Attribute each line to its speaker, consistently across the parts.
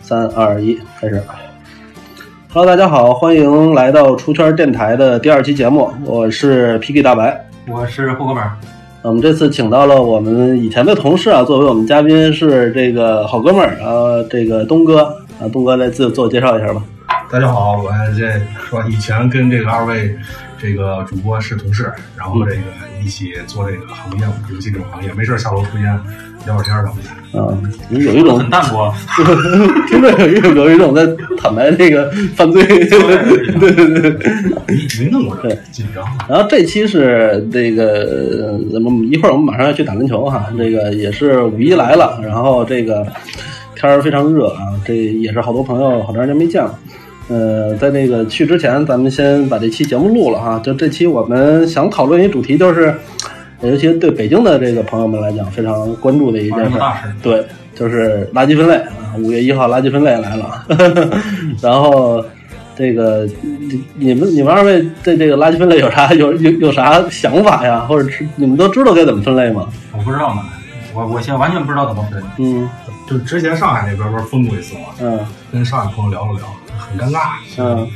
Speaker 1: 三二一，开始。Hello，大家好，欢迎来到出圈电台的第二期节目，我是 PK 大白。
Speaker 2: 我是户口本儿，
Speaker 1: 我们这次请到了我们以前的同事啊，作为我们嘉宾是这个好哥们儿啊，这个东哥啊，东哥来自自我介绍一下吧。
Speaker 3: 大家好，我这是吧？以前跟这个二位这个主播是同事，然后这个一起做这个行业，游戏这种行业，没事儿下楼抽烟聊会儿天儿什么的。
Speaker 1: 啊，有一种
Speaker 2: 很淡薄，
Speaker 1: 听着有一种有一种在坦白那个犯罪，对对对。
Speaker 3: 没没弄过
Speaker 1: 对
Speaker 3: 这紧张，
Speaker 1: 然后这期是这个，咱们一会儿我们马上要去打篮球哈，这个也是五一来了，然后这个天儿非常热啊，这也是好多朋友好长时间没见了。呃，在那个去之前，咱们先把这期节目录了哈。就这期我们想讨论一主题，就是呃尤其是对北京的这个朋友们来讲非常关注的一件
Speaker 2: 玩什
Speaker 1: 事
Speaker 2: 么
Speaker 1: 儿，
Speaker 2: 大事？
Speaker 1: 对，就是垃圾分类啊，五月一号垃圾分类来了， 然后这个你你们你们二位对这个垃圾分类有啥有有有啥想法呀？或者是你们都知道该怎么分类吗？
Speaker 2: 我不知道呢，我我现在完全不知道怎么分，
Speaker 1: 嗯
Speaker 3: 就之前上海那边不是封过一次嘛，
Speaker 1: 嗯
Speaker 3: 跟上海朋友聊了聊，很尴尬，
Speaker 1: 嗯，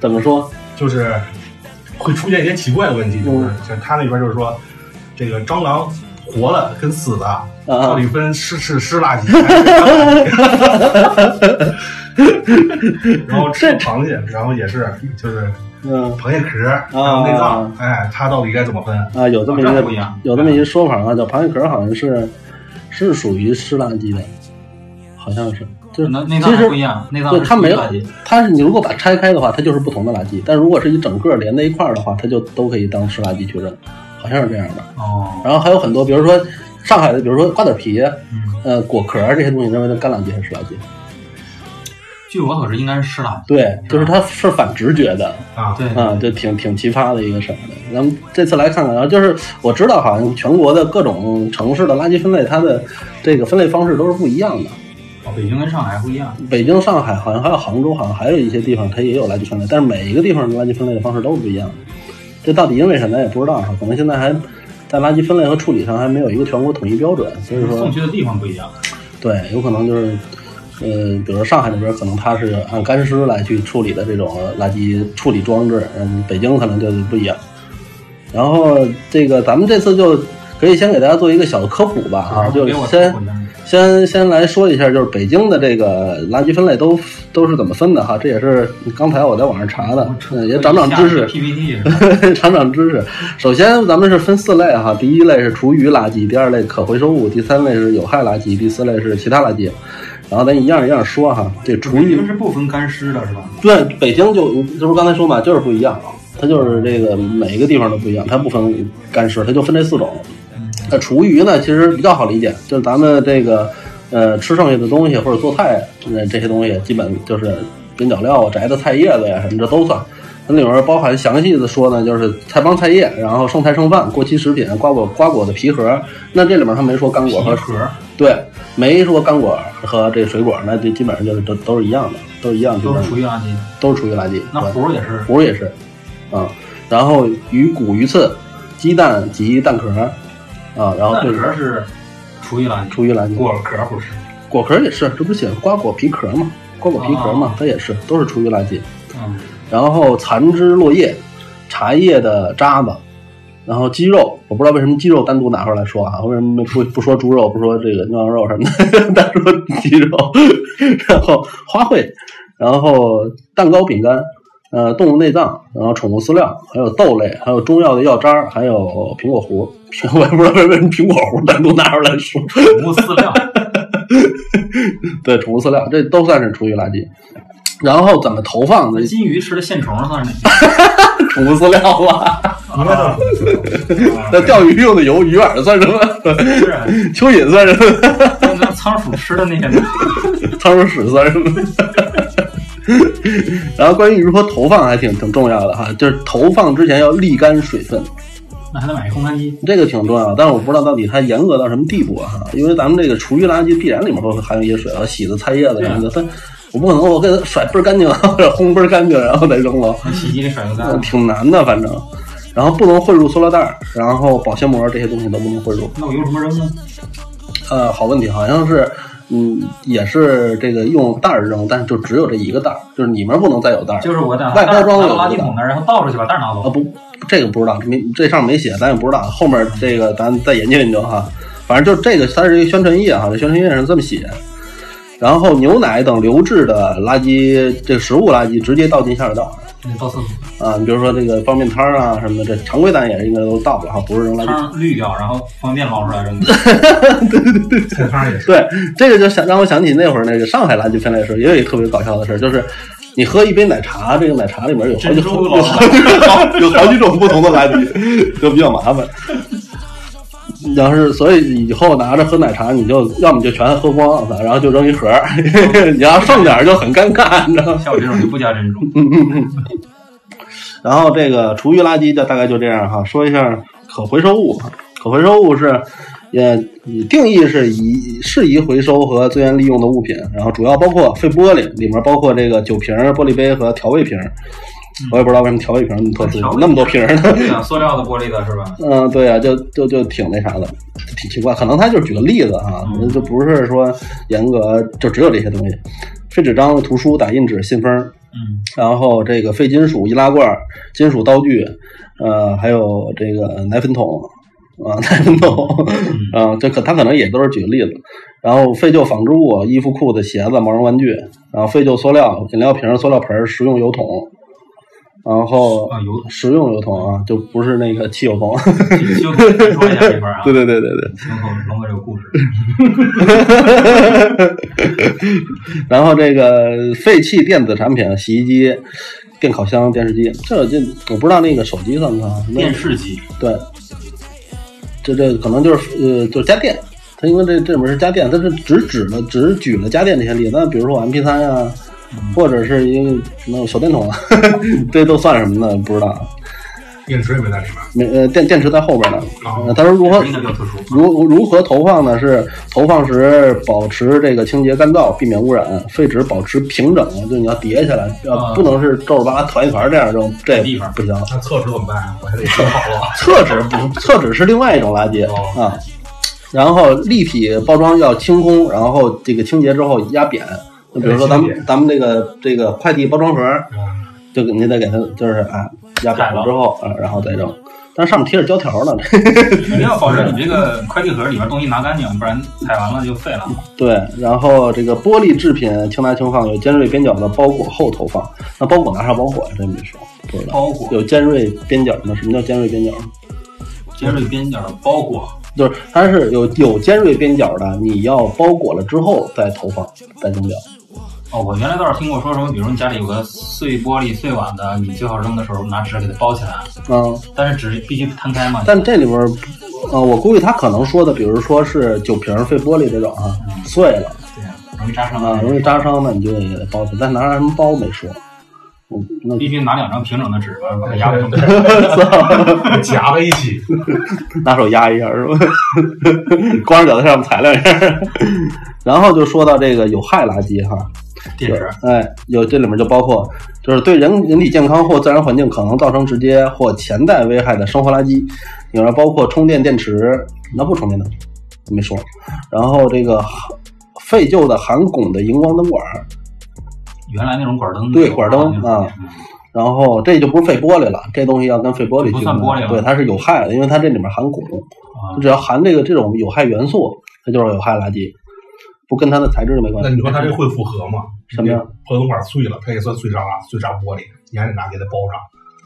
Speaker 1: 怎么说？
Speaker 3: 就是会出现一些奇怪的问题，就是
Speaker 1: 嗯
Speaker 3: 像他那边就是说，这个蟑螂活的跟死的，
Speaker 1: 啊
Speaker 3: 到底分是是湿垃圾还是干垃 圾？然后吃螃蟹，然后也是就是
Speaker 1: 嗯
Speaker 3: 螃蟹壳，然后内脏，哎，它到底该怎么分？
Speaker 1: 啊，有这么一
Speaker 2: 这
Speaker 1: 个
Speaker 2: 不一样嗯
Speaker 1: 有这么一个说法啊，叫螃蟹壳好像是是属于湿垃圾的，好像是。就是
Speaker 2: 那内
Speaker 1: 其
Speaker 2: 脏
Speaker 1: 实
Speaker 2: 不一样，内脏
Speaker 1: 对，
Speaker 2: 是
Speaker 1: 它没有
Speaker 2: 垃圾，，
Speaker 1: 它是你如果把它拆开的话，它就是不同的垃圾；但如果是一整个连在一块儿的话，它就都可以当湿垃圾去认，好像是这样的。
Speaker 2: 哦，
Speaker 1: 然后还有很多，比如说上海的，比如说瓜子皮、
Speaker 2: 嗯，
Speaker 1: 呃果壳这些东西，认为的干垃圾还是湿垃圾。
Speaker 2: 据我所知应该是湿垃圾，
Speaker 1: 对，就是它是反直觉的
Speaker 3: 啊，
Speaker 2: 对，
Speaker 1: 啊，就挺挺奇葩的一个事儿的。咱们这次来看看，然后就是我知道，好像全国的各种城市的垃圾分类，它的这个分类方式都是不一样的。
Speaker 2: 哦北京跟上海不一样，
Speaker 1: 北京、上海好像还有杭州，好像还有一些地方它也有垃圾分类，但是每一个地方的垃圾分类的方式都是不一样的。这到底因为什么咱也不知道哈，可能现在还在垃圾分类和处理上还没有一个全国统一标准，所以说
Speaker 2: 送去的地方不一
Speaker 1: 啊
Speaker 2: 样，
Speaker 1: 对，有可能就是。呃，比如说上海那边可能它是按干湿来去处理的这种垃圾处理装置，嗯，北京可能就是不一样。然后这个咱们这次就可以先给大家做一个小的科普吧，啊，就
Speaker 2: 给我
Speaker 1: 先
Speaker 2: 混蛋
Speaker 1: 先先来说一下，就是北京的这个垃圾分类都都是怎么分的哈，这也是刚才我在网上查的，嗯也长长知识，
Speaker 2: ，PPT 是吧
Speaker 1: 长长知识。首先，咱们是分四类哈，第一类是厨余垃圾，第二类可回收物，第三类是有害垃圾，第四类是其他垃圾。然后咱一样一样说哈，这厨
Speaker 2: 你
Speaker 1: 余
Speaker 2: 们是不分干湿的是吧？
Speaker 1: 对北京就这不是刚才说嘛，就是不一样，啊它就是这个每一个地方都不一样，它不分干湿，它就分这四种。那厨余呢，其实比较好理解，就是咱们这个呃吃剩下的东西或者做菜呃这些东西，基本就是边角料啊、摘的菜叶子呀什么，这都算。那里面包含详细的说呢，就是菜帮菜叶，然后剩菜剩饭、过期食品、瓜果瓜果的皮核。那这里面它没说干
Speaker 2: 皮
Speaker 1: 果和
Speaker 2: 壳
Speaker 1: 对，没说干果和这水果，那就基本上就是都都是一样的，都是一样的，
Speaker 2: 都是厨余垃圾，
Speaker 1: 都是厨余垃圾。
Speaker 2: 那
Speaker 1: 对
Speaker 2: 壶也是，
Speaker 1: 壶也是，啊，然后鱼骨、鱼刺、鸡蛋及蛋壳，啊，然后
Speaker 2: 蛋
Speaker 1: 就
Speaker 2: 壳
Speaker 1: 是
Speaker 2: 是厨余垃圾，
Speaker 1: 厨余垃圾。
Speaker 2: 果壳不是，
Speaker 1: 果壳也是，这不写瓜果皮壳嘛，瓜果皮壳嘛，它也是，都是厨余垃圾。
Speaker 2: 嗯，
Speaker 1: 然后残枝落叶、茶叶的渣子，然后鸡肉，我不知道为什么鸡肉单独拿出来说啊，为什么不不说猪肉，不说这个牛羊肉什么的， 单说鸡肉，然后花卉，然后蛋糕、饼干，呃，动物内脏，然后宠物饲料，还有豆类，还有中药的药渣儿，还有苹果核， 我也不知道为什么苹果核单独拿出来说，
Speaker 2: 宠物饲料，
Speaker 1: 对，宠物饲料这都算是厨余垃圾。然后怎么投放呢
Speaker 2: 那？金鱼吃的线虫算是哪？
Speaker 1: 宠物饲料吧，
Speaker 3: 应该都
Speaker 1: 那
Speaker 3: 啊
Speaker 1: 钓鱼用的油鱼饵算什么？
Speaker 2: 是啊，
Speaker 1: 蚯蚓算什么？
Speaker 2: 那那仓鼠吃的那些东西，
Speaker 1: 仓鼠屎算什么？ 然后关于如何投放还挺挺重要的哈，就是投放之前要沥干水分，
Speaker 2: 那还得买烘干机。
Speaker 1: 这个挺重要的。但是我不知道到底它严格到什么地步啊哈，因为咱们这个厨余垃圾必然里面会含有一些水啊，洗的菜叶子什么的，但我不可能我给它甩倍儿干净，或者烘倍儿干净，然后再扔了。
Speaker 2: 从洗衣机里甩个
Speaker 1: 嗯
Speaker 2: 蛋，
Speaker 1: 挺难的，反正。然后不能混入塑料袋儿，然后保鲜膜这些东西都不能混入。
Speaker 2: 那我用什么扔呢？
Speaker 1: 呃，好问题，好像是嗯，也是这个用袋儿扔，但是就只有这一个袋儿，就是里面不能再有袋儿。
Speaker 2: 就是我在
Speaker 1: 外包装
Speaker 2: 到
Speaker 1: 有
Speaker 2: 垃圾
Speaker 1: 的
Speaker 2: 桶那儿，然后倒出去把袋儿拿
Speaker 1: 啊
Speaker 2: 走。
Speaker 1: 不，这个不知道，没这上面没写，咱也不知道。后面这个咱再研究研究哈。反正就这个，它是一个宣传页哈，这宣传页上这么写。然后牛奶等流质的垃圾，这个食物垃圾直接倒进下水道
Speaker 2: 那倒厕所，
Speaker 1: 啊。你比如说这个方便摊儿啊什么的，这常规咱也应该都倒了哈，不是扔垃圾桶。
Speaker 2: 汤滤掉，然后方便捞出来扔。
Speaker 3: 菜摊儿也 是，
Speaker 1: 对，这个就想让我想起那会儿那个上海垃圾分类时候，也有一个特别搞笑的事儿，就是你喝一杯奶茶，这个奶茶里面有好几
Speaker 2: 珍
Speaker 1: 种
Speaker 2: 珠
Speaker 1: 有好几种有好几种不同的垃圾，就比较麻烦。你要是所以以后拿着喝奶茶，你就要么就全喝光了，然后就扔一盒儿， 你要剩点儿就很尴尬，你知道吗？
Speaker 2: 像我这种就不加珍 珠，
Speaker 1: 然后这个厨余垃圾就大概就这样哈，说一下可回收物。可回收物是，也定义是以适宜回收和资源利用的物品，然后主要包括废玻璃，里面包括这个酒瓶、玻璃杯和调味瓶。我也不知道为什么调味瓶那么特殊
Speaker 2: 调，味
Speaker 1: 那么多瓶儿呢。
Speaker 2: 对啊，塑料的、玻璃的是吧？
Speaker 1: 嗯，对啊，就就就挺那啥的，挺奇怪。可能他就是举个例子啊，
Speaker 2: 嗯
Speaker 1: 可能就不是说严格就只有这些东西。废纸张、图书、打印纸、信封，
Speaker 2: 嗯，
Speaker 1: 然后这个废金属易拉罐、金属刀具，呃，还有这个奶粉桶啊，奶粉桶
Speaker 2: 嗯
Speaker 1: 啊，这可他可能也都是举个例子。然后废旧纺织物、衣服、裤子、鞋子、毛绒玩具，然后废旧塑料、饮料瓶、塑料盆、食用油桶，然后
Speaker 2: 啊，有
Speaker 1: 食用油桶啊，就不是那个汽油桶。
Speaker 2: 就说一下这块儿啊
Speaker 1: 对，对对对对。
Speaker 2: 龙哥龙哥这个故事，
Speaker 1: 然后这个废弃电子产品，洗衣机、电烤箱、电视机，这这我不知道那个手机算不算啊？
Speaker 2: 电视机
Speaker 1: 对，这这可能就是呃，就是家电。它因为这这里面是家电，它是只指了只举了家电这些例子。那比如说 M P 3呀，
Speaker 2: 嗯
Speaker 1: 或者是一个什么手电筒啊，这都算什么呢？不知道。
Speaker 3: 电池也没在里面。
Speaker 1: 没呃，电电池在后边呢。
Speaker 3: 哦
Speaker 1: 呃他说如何
Speaker 2: 应该比较特殊。
Speaker 1: 如如何投放呢？是投放时保持这个清洁干燥，避免污染；废纸保持平整，就你要叠起来，
Speaker 2: 啊
Speaker 1: 要不能是皱着巴拉团一团这样扔，这
Speaker 2: 地方
Speaker 1: 不行。
Speaker 3: 那厕纸怎么办啊？我还得说好 了。
Speaker 1: 厕纸不，厕纸是另外一种垃圾
Speaker 3: 哦
Speaker 1: 啊。然后立体包装要清空，然后这个清洁之后压扁。就比如说咱
Speaker 3: 对清
Speaker 1: 们咱们这个这个快递包装盒，
Speaker 3: 嗯
Speaker 1: 就给你得给它就是啊压扁了之后啊，然后再扔。但是上面贴着胶条呢，
Speaker 2: 肯定要保证你这个快递盒里边东西拿干净，不然踩完了就废了。
Speaker 1: 对，然后这个玻璃制品轻拿轻放，有尖锐边角的包裹后投放。那包裹拿啥包裹呀？这没说，不知道。
Speaker 2: 包裹
Speaker 1: 有尖锐边角的，什么叫尖锐边角？
Speaker 2: 尖锐边角的包裹，
Speaker 1: 就是它是有有尖锐边角的，你要包裹了之后再投放，再扔掉。
Speaker 2: 哦，我原来倒是听过说什么，比如你家里有个碎玻璃、碎碗的，你最好扔的时候拿纸给它包起来，
Speaker 1: 嗯，
Speaker 2: 但是纸必须摊开嘛。
Speaker 1: 但这里边儿，呃，我估计他可能说的，比如说是酒瓶儿、碎玻璃这种啊，碎了
Speaker 2: 对呀，容易扎伤
Speaker 1: 啊，容易扎伤，那你就也得包起来。但拿什么包没说，我那
Speaker 2: 必须拿两张平整的纸把把它压 住。
Speaker 3: 夹在一起，
Speaker 1: 拿手压一下是吧？光着脚在上面踩两下。然后就说到这个有害垃圾哈，
Speaker 2: 电池，
Speaker 1: 哎，有这里面就包括就是对人人体健康或自然环境可能造成直接或潜在危害的生活垃圾，里面包括充电电池，那不充电的没说，然后这个废旧的含汞的荧光灯管，
Speaker 2: 原来那种管灯，
Speaker 1: 对管灯啊然后这就不是废玻璃了，这东西要跟废玻璃
Speaker 2: 不
Speaker 1: 去
Speaker 2: 算玻璃了
Speaker 1: 对，它是有害的，因为它这里面含汞。
Speaker 2: 啊，
Speaker 1: 只要含这个这种有害元素，它就是有害垃圾，不跟它的材质就没关
Speaker 3: 那
Speaker 1: 系。
Speaker 3: 你说它这会复合吗？
Speaker 1: 什么呀？
Speaker 3: 破铜管碎了，它也算碎渣啊，碎渣玻璃，你还得拿给它包上。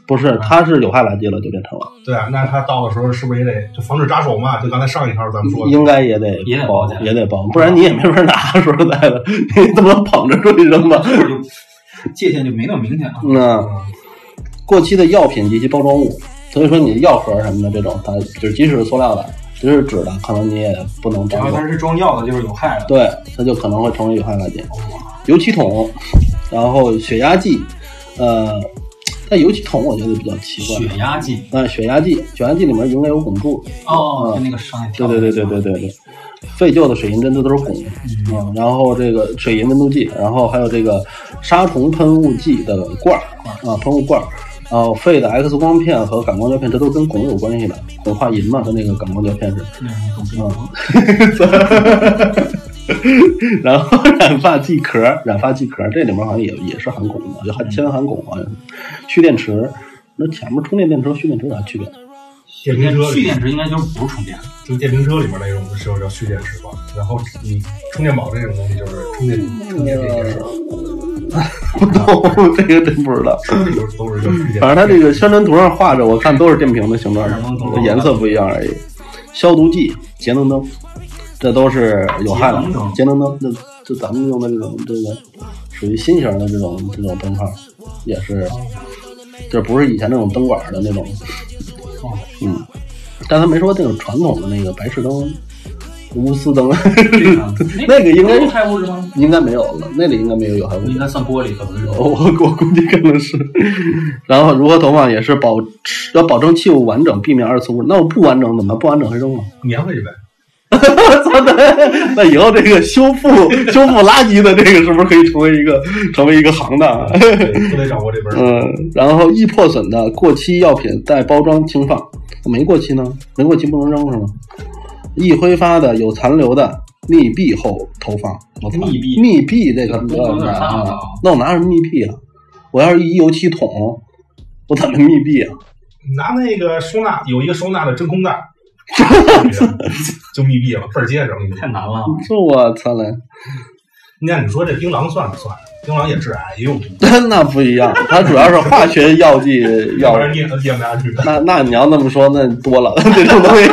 Speaker 1: 不是，它是有害垃圾了，就变成了，
Speaker 3: 对啊，那它到的时候是不是也得就防止扎手嘛？就刚才上一条咱们说的，
Speaker 1: 应该也得
Speaker 2: 也得包起来
Speaker 1: 也得包，不然你也没法拿。 说实在的，你怎么捧着出去扔吧？
Speaker 2: 这会儿就界限就没那么明显了。
Speaker 1: 那过期的药品及其包装物，所以说你药盒什么的这种，它就是即使是塑料的，即使是纸的，可能你也不能
Speaker 2: 只
Speaker 3: 啊
Speaker 1: 沾
Speaker 2: 要
Speaker 1: 手。
Speaker 2: 它是装药的，就是有害的。
Speaker 1: 对，它就可能会成为有害垃圾。油漆桶，然后血压计，呃，但油漆桶我觉得比较奇怪。
Speaker 2: 血压计
Speaker 1: 那血压计，血压计里面应该有汞柱。
Speaker 2: 哦，
Speaker 1: 嗯
Speaker 2: 就那个商业
Speaker 1: 对
Speaker 2: 跳的
Speaker 1: 对对对对对对，废旧的水银针这都是汞
Speaker 2: 嗯
Speaker 1: 啊、然后这个水银温度计，然后还有这个杀虫喷雾剂的罐儿啊，喷雾罐儿。然后废的 X 光片和感光胶片，这都跟汞有关系嗯的，汞化银嘛，跟那个感光胶片是。
Speaker 2: 那是一种病毒。
Speaker 1: 然后 染发剂壳，染发剂壳这里面好像也也是含汞的，就含铅含汞好像是。蓄电池，那前面充电电池和蓄电池有啥区别？
Speaker 3: 电瓶车
Speaker 2: 蓄
Speaker 3: 里
Speaker 2: 电池应该就是不是充电，
Speaker 3: 就是电瓶车里面那种是叫蓄电池吧，然后你充电宝这种东西就是充电充电电池，
Speaker 1: 不懂， 这个真不知道。
Speaker 3: 充电就是都是叫蓄电池。
Speaker 1: 反正它这个宣传图上画着，我看都是电瓶的形状
Speaker 2: 反正都，是
Speaker 1: 颜色不一样而已。消毒剂、节能灯，这都是有害的
Speaker 2: 节能。灯
Speaker 1: 节能灯，这这咱们用的这种这个属于新型的这种这种灯泡，也是，这不是以前那种灯管的那种，
Speaker 2: 哦
Speaker 1: 嗯，但他没说那种传统的那个白炽灯、钨丝灯，
Speaker 2: 这个
Speaker 1: 那个应该
Speaker 2: 不是开物质吗？
Speaker 1: 应该没有了，那里应该没有有害物质
Speaker 2: 应。该算玻璃，可能是
Speaker 1: 我我我估计可能是。然后如何投放也是保持要保证器物完整，避免二次污染。那我不完整怎么办？不完整还扔吗？
Speaker 3: 粘回去呗，
Speaker 1: 那以后这个修复修复垃圾的这个是不是可以成为一个成为一个行当啊？
Speaker 3: 对，都得掌握这门儿。
Speaker 1: 嗯，然后易破损的过期药品待包装轻放，没过期呢？没过期不能扔是吗？易挥发的、有残留的，密闭后投放。我操
Speaker 2: 密闭
Speaker 1: 密闭这个比较
Speaker 2: 功能有
Speaker 1: 难
Speaker 2: 点大
Speaker 1: 啊
Speaker 2: 了！
Speaker 1: 那我拿什么密闭啊？我要是一油漆桶，我怎么密闭啊？
Speaker 3: 拿那个收纳有一个收纳的真空袋， 就密闭了，倍儿结实。我跟你说
Speaker 2: 太难 了。
Speaker 1: 这我操嘞！
Speaker 3: 那你说这槟榔算不算？槟榔也致癌，也有毒，
Speaker 1: 那不一样，它主要是化学药剂
Speaker 3: 要
Speaker 1: 药
Speaker 3: 不。然你也咽不下去。
Speaker 1: 那那你要那么说，那多了 这种东西。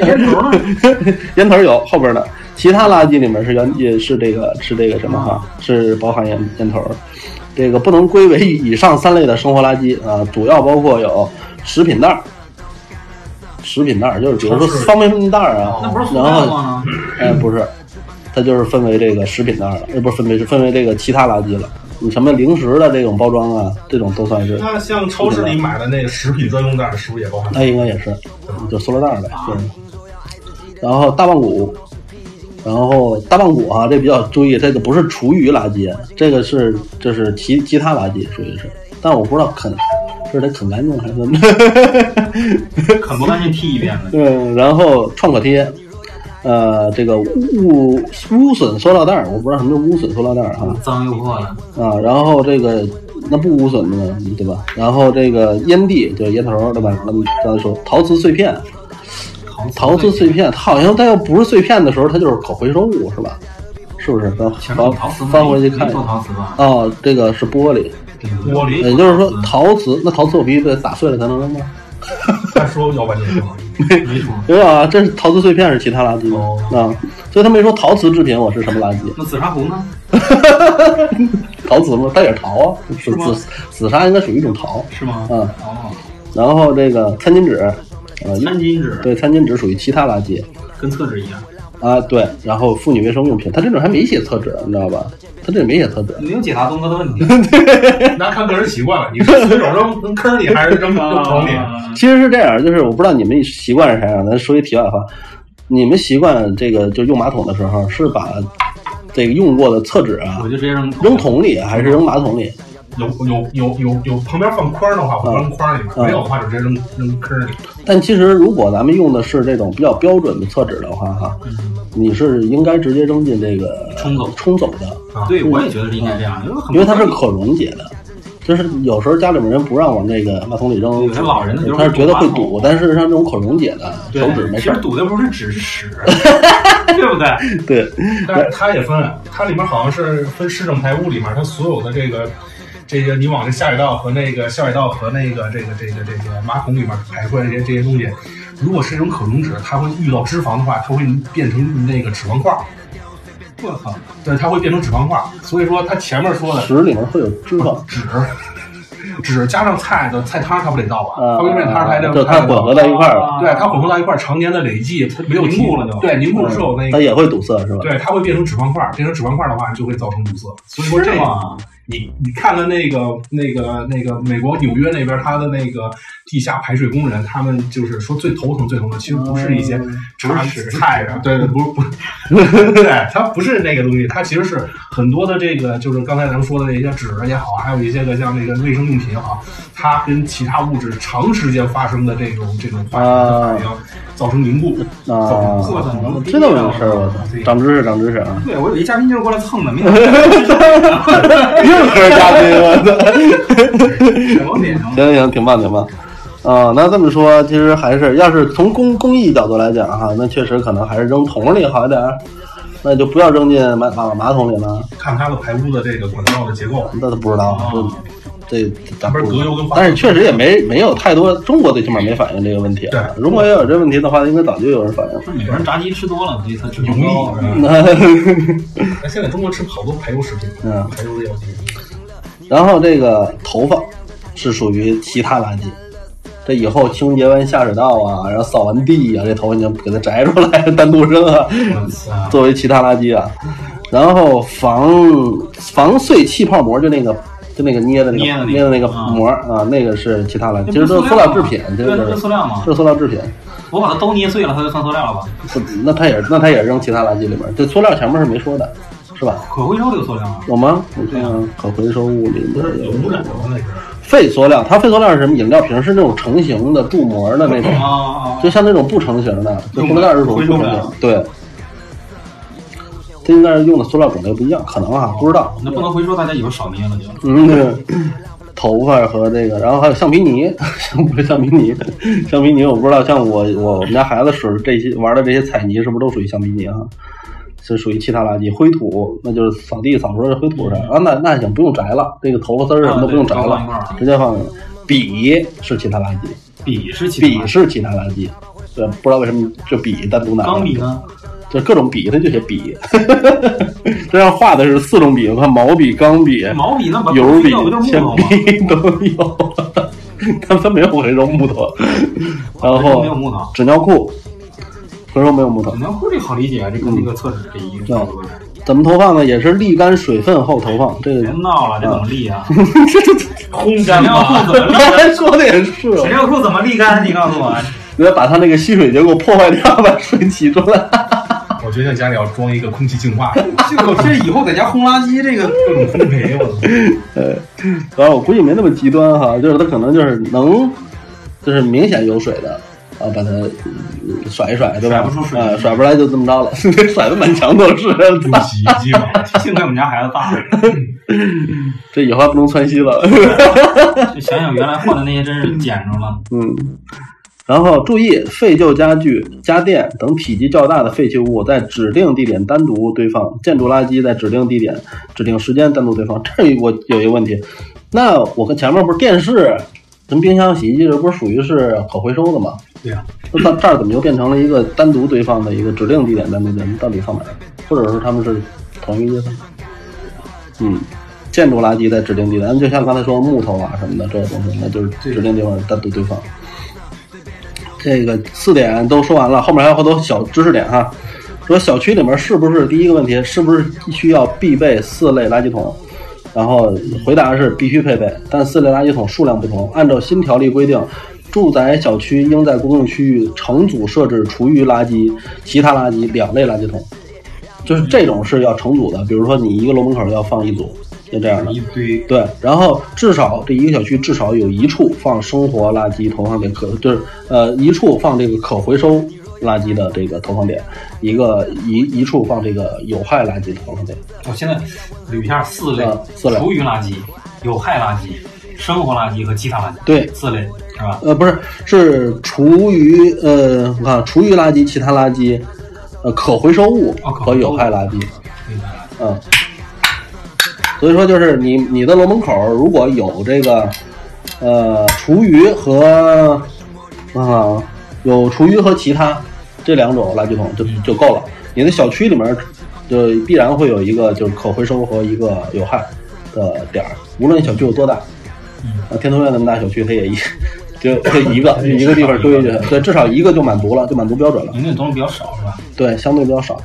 Speaker 2: 那烟头呢？
Speaker 1: 烟头有后边的，其他垃圾里面是烟也是这个是这个什么哈，是包含烟烟头儿。这个不能归为以上三类的生活垃圾啊，主要包括有食品袋儿，食品袋儿就是比如说
Speaker 3: 超市
Speaker 1: 方便面袋儿啊，
Speaker 2: 那不是塑
Speaker 1: 然
Speaker 2: 料
Speaker 1: 后
Speaker 2: 吗？
Speaker 1: 哎不是，它就是分为这个食品袋儿了，呃不是分为是分为这个其他垃圾了。你什么零食的这种包装啊，这种都算是，
Speaker 3: 那像超市里买的那个食品专用袋，是不是也包含？
Speaker 1: 那应该也是，就塑料袋儿呗。对。然后大棒骨，然后大棒骨啊，这比较注意，这个不是厨余垃圾，这个是这是其其他垃圾，属于是。但我不知道啃是得啃干净还是怎么着。
Speaker 2: 啃不干净踢一遍呗。
Speaker 1: 嗯，然后创可贴，呃，这个污污损塑料袋儿，我不知道什么叫污损塑料袋儿啊
Speaker 2: 脏又破的，
Speaker 1: 啊。然后这个那不污损的呢，对吧？然后这个烟蒂就是烟头儿，对吧？咱们刚才说陶瓷碎片。
Speaker 2: 陶
Speaker 1: 陶瓷碎片，它好像它要不是碎片的时候，它就是可回收物，是吧？是不是？翻
Speaker 2: 前面有陶
Speaker 1: 翻
Speaker 2: 瓷吗
Speaker 1: 翻回去看
Speaker 2: 没
Speaker 1: 一
Speaker 2: 做
Speaker 1: 下。
Speaker 2: 陶瓷吧？
Speaker 1: 哦，这个是玻璃，
Speaker 2: 玻璃，
Speaker 1: 也就是说陶瓷，那陶瓷我必须得打碎了才能扔吗？
Speaker 3: 他说要半天。
Speaker 2: 没说。
Speaker 1: 对吧？这是陶瓷碎片是其他垃圾吗？啊、
Speaker 3: 哦
Speaker 1: 所以他没说陶瓷制品我是什么垃圾，
Speaker 2: 那紫砂壶呢？
Speaker 1: 陶瓷吗？它也是陶啊，
Speaker 2: 是吗
Speaker 1: 紫紫砂应该属于一种陶。
Speaker 2: 是吗？
Speaker 1: 嗯
Speaker 2: 哦，
Speaker 1: 然后这个餐巾纸，呃，
Speaker 2: 餐巾纸
Speaker 1: 对，餐巾纸属于其他垃圾。
Speaker 2: 跟厕纸一样，
Speaker 1: 啊，对，然后妇女卫生用品，它这种还没写厕纸，你知道吧？它这里没写厕纸，
Speaker 2: 没有解答东哥的 问题。
Speaker 3: 那看个人习惯了，你是随手扔扔坑里还是扔扔桶里？
Speaker 2: 啊
Speaker 1: 其实是这样，就是我不知道你们习惯是啥样，咱说一题外话，你们习惯这个就用马桶的时候是把这个用过的厕纸啊
Speaker 2: 我就直接扔
Speaker 1: 扔。桶里，还是扔马桶里？
Speaker 3: 有有有有有旁边放筐的话，我
Speaker 2: 啊
Speaker 3: 扔筐里；没有的话，就直接扔扔坑里。
Speaker 1: 但其实如果咱们用的是这种比较标准的厕纸的话，哈，你是应该直接扔进这个
Speaker 2: 嗯冲走
Speaker 1: 冲走的，
Speaker 2: 啊对，我也觉得是应该这样，因为很
Speaker 1: 因为它是可溶解的。就是有时候家里面人不让往那个马桶里扔，
Speaker 2: 有些老人他就是
Speaker 1: 他是觉得会
Speaker 2: 堵马桶
Speaker 1: 堵，但事实上这种可溶解的手
Speaker 2: 对
Speaker 1: 指没事
Speaker 2: 其实
Speaker 1: 儿。
Speaker 2: 堵的不是纸，是 屎，对不对？
Speaker 1: 对，
Speaker 3: 但是它也分，它里面好像是分市政排污里面，它所有的这个这个，你往这下水道和那个下水道和那个这个这个这个马桶里面排出来这些这些东西，如果是一种可溶脂，它会遇到脂肪的话，它会变成那个脂肪块儿，
Speaker 2: 我靠，
Speaker 3: 对，它会变成脂肪块儿。所以说，它前面说的
Speaker 1: 屎里面会有脂肪。
Speaker 3: 纸。纸加上菜的菜汤，它不得倒啊？
Speaker 2: 嗯
Speaker 1: 啊
Speaker 3: 它，为什么它还得哦
Speaker 1: 就它混合在一块儿了，
Speaker 3: 对，它混合到一块儿，常年的累积，它没有
Speaker 2: 凝固了就
Speaker 3: 对凝固之后那
Speaker 1: 它
Speaker 3: 个，
Speaker 1: 也会堵塞是吧？
Speaker 3: 对，它会变成脂肪块儿，变成脂肪块儿的话就会造成堵塞。所以说这
Speaker 2: 是
Speaker 3: 个啊
Speaker 2: 吗？
Speaker 3: 你你看看那个那个那个美国纽约那边他的那个地下排水工人，他们就是说最头疼最头疼，其实不是一些茶
Speaker 2: 是
Speaker 3: 菜啊，对对，不是不是，对，它不是那个东西，它其实是很多的这个，就是刚才咱们说的那些纸也好，还有一些个像那个卫生用品也好，它跟其他物质长时间发生的这种这种化学反应，造成凝固，造成
Speaker 1: 啊
Speaker 3: 做的
Speaker 1: 我知道这事儿，我操，长知识，长知识 啊！
Speaker 2: 对，我以为嘉宾就是过来蹭的，没想到
Speaker 1: 硬核嘉宾，我操！
Speaker 2: 我脸上。
Speaker 1: 行行行，挺棒挺棒。啊、那这么说，其实还是要是从公公益角度来讲哈，那确实可能还是扔桶里好一点儿，那就不要扔进马马马桶里了。
Speaker 3: 看它的排污的这个管道的结构。
Speaker 1: 那都不知道，
Speaker 3: 哦
Speaker 1: 这这咱不
Speaker 3: 不
Speaker 1: 知
Speaker 3: 是德
Speaker 1: 道
Speaker 3: 油跟。化
Speaker 1: 但是确实也没没有太多，中国最起码没反映这个问题。啊
Speaker 3: 对
Speaker 1: 如果要有这问题的话，应该早就有人反映 了。
Speaker 2: 是每个人炸鸡吃多了，所以他脂
Speaker 3: 油
Speaker 2: 肪
Speaker 3: 腻
Speaker 2: 高。是吧
Speaker 1: 那
Speaker 3: 那现在中国吃好多排油食品，
Speaker 1: 嗯
Speaker 3: 排油的药剂。
Speaker 1: 然后这个头发是属于其他垃圾，这以后清洁完下水道啊，然后扫完地啊，这头发你要给它摘出来单独扔啊，
Speaker 2: 我操！
Speaker 1: 作为其他垃圾啊。然后防防碎气泡膜，就那个就那个捏的那
Speaker 2: 捏的
Speaker 1: 个
Speaker 2: 那个
Speaker 1: 捏的那个膜啊，那个是其他垃圾，其
Speaker 2: 那不
Speaker 1: 实
Speaker 2: 是
Speaker 1: 都是塑
Speaker 2: 塑
Speaker 1: 料
Speaker 2: 料吗
Speaker 1: 制品，这
Speaker 2: 对
Speaker 1: 个
Speaker 2: 那不是塑料吗
Speaker 1: 这是塑料制品。
Speaker 2: 我把它都捏碎了，它就算塑料了吧？
Speaker 1: 不，那他也那他也扔其他垃圾里边儿，这塑料前面是没说的，是吧？
Speaker 2: 可回收这个塑料啊？
Speaker 1: 有吗？我看看可回收物里
Speaker 3: 不是
Speaker 1: 面有
Speaker 3: 有污染的那是，
Speaker 1: 废塑料，它废塑料是什么？饮料瓶是那种成型的注膜的那种，
Speaker 2: 啊啊！
Speaker 1: 就像那种不成型的，就塑料袋儿是属于不成
Speaker 2: 用不
Speaker 1: 型
Speaker 2: 了。
Speaker 1: 对，这应该是用的塑料种类不一样，可能啊，不知道。
Speaker 2: 那不能回收，大家以后少捏了就。
Speaker 1: 嗯，对头发和这个，然后还有橡皮泥， 不是橡皮泥， 橡皮泥我不知道，像我我我们家孩子使这些玩的这些彩泥，是不是都属于橡皮泥啊？是属于其他垃圾，灰土，那就是扫地扫出来的灰土上啊，那那行不用摘了，这个头发丝儿什么都不用摘
Speaker 2: 嗯啊对都放一块
Speaker 1: 了
Speaker 2: 儿，
Speaker 1: 直接放。笔是其他垃圾，
Speaker 2: 笔是其
Speaker 1: 笔是其他垃圾，对，不知道为什么就笔单独拿。
Speaker 2: 钢笔呢？
Speaker 1: 就是各种笔，它就写笔， 这样画的是四种笔，我看毛笔、钢笔、
Speaker 2: 毛笔那把
Speaker 1: 油笔
Speaker 2: 那不就、啊是
Speaker 1: 铅
Speaker 2: 木头吗？
Speaker 1: 笔 都有，但它没有回收木 头，然
Speaker 2: 回收
Speaker 1: 后
Speaker 2: 没有木头
Speaker 1: 纸尿裤，回收没有木头
Speaker 2: 纸。尿裤这好理解，啊这跟那个厕纸这一个
Speaker 1: 对
Speaker 2: 差不多的。
Speaker 1: 怎么投放呢？也是沥干水分后投放。这
Speaker 2: 别
Speaker 1: 个
Speaker 2: 闹了，这怎么立啊？
Speaker 3: 烘
Speaker 2: 纸
Speaker 3: 干
Speaker 2: 尿
Speaker 3: 吧。
Speaker 2: 裤怎么立？
Speaker 1: 刚才说的也是，
Speaker 2: 纸尿裤怎么沥干？你告诉我，
Speaker 1: 你要把它那个吸水结构破坏掉， 把水挤出来。
Speaker 3: 我决定家里要装一个空气净化，
Speaker 2: 这个这以后在家烘垃圾这个
Speaker 3: 各种烘焙，我操
Speaker 1: 呃，然后我估计没那么极端哈，就是它可能就是能，就是明显有水的，啊，把它嗯甩一甩，对吧？
Speaker 2: 甩不出水
Speaker 1: 啊，甩不来就这么着了， 甩的满墙都是。
Speaker 3: 用洗衣机吧。
Speaker 2: 幸亏我们家孩子大，
Speaker 1: 这以后还不能窜稀了。
Speaker 2: 就想想原来换的那些真是捡着了。
Speaker 1: 嗯，然后注意，废旧家具、家电等体积较大的废弃物，在指定地点单独堆放；建筑垃圾在指定地点、指定时间单独堆放。这儿我有一个问题，那我跟前面不是电视、什么冰箱、洗衣机，这不是属于是可回收的吗？
Speaker 3: 对呀，
Speaker 1: 那到这儿怎么就变成了一个单独堆放的一个指定地点单独堆放？到底放哪儿？或者说他们是同一个意思？嗯，建筑垃圾在指定地点，就像刚才说木头啊什么的这些东西，那就是指定地方单独堆放。这个四点都说完了，后面还有好多小知识点哈。说小区里面是不是第一个问题是不是需要必备四类垃圾桶？然后回答是必须配备，但四类垃圾桶数量不同。按照新条例规定，住宅小区应在公共区域成组设置厨余垃圾、其他垃圾两类垃圾桶，就是这种是要成组的。比如说你一个楼门口要放一组，就这样的。
Speaker 3: 一堆
Speaker 1: 对，然后至少这一个小区至少有一处放生活垃圾投放点可，就是呃一处放这个可回收垃圾的这个投放点，一个一一处放这个有害垃圾的投放点。
Speaker 2: 我现在捋一下嗯四类
Speaker 1: 啊：四类
Speaker 2: 厨余垃圾、有害垃圾、生活垃圾和其他垃圾。
Speaker 1: 对
Speaker 2: 四类是吧？
Speaker 1: 呃，不是，是厨余，呃，我看厨余垃圾、其他垃圾，呃，可回收物
Speaker 2: 哦可
Speaker 1: 和有害垃圾，
Speaker 2: 明白了
Speaker 1: 嗯。所以说，就是你你的楼门口如果有这个，呃，厨余和啊，有厨余和其他这两种垃圾桶就就够了。你的小区里面就必然会有一个就是可回收和一个有害的点儿，无论小区有多大，啊，天通苑那么大小区，它也一 就就一个就一个地方堆着，对，至少一个就满足了，就满足标准了，
Speaker 2: 你那东西比较少是吧？
Speaker 1: 对，相对比较少。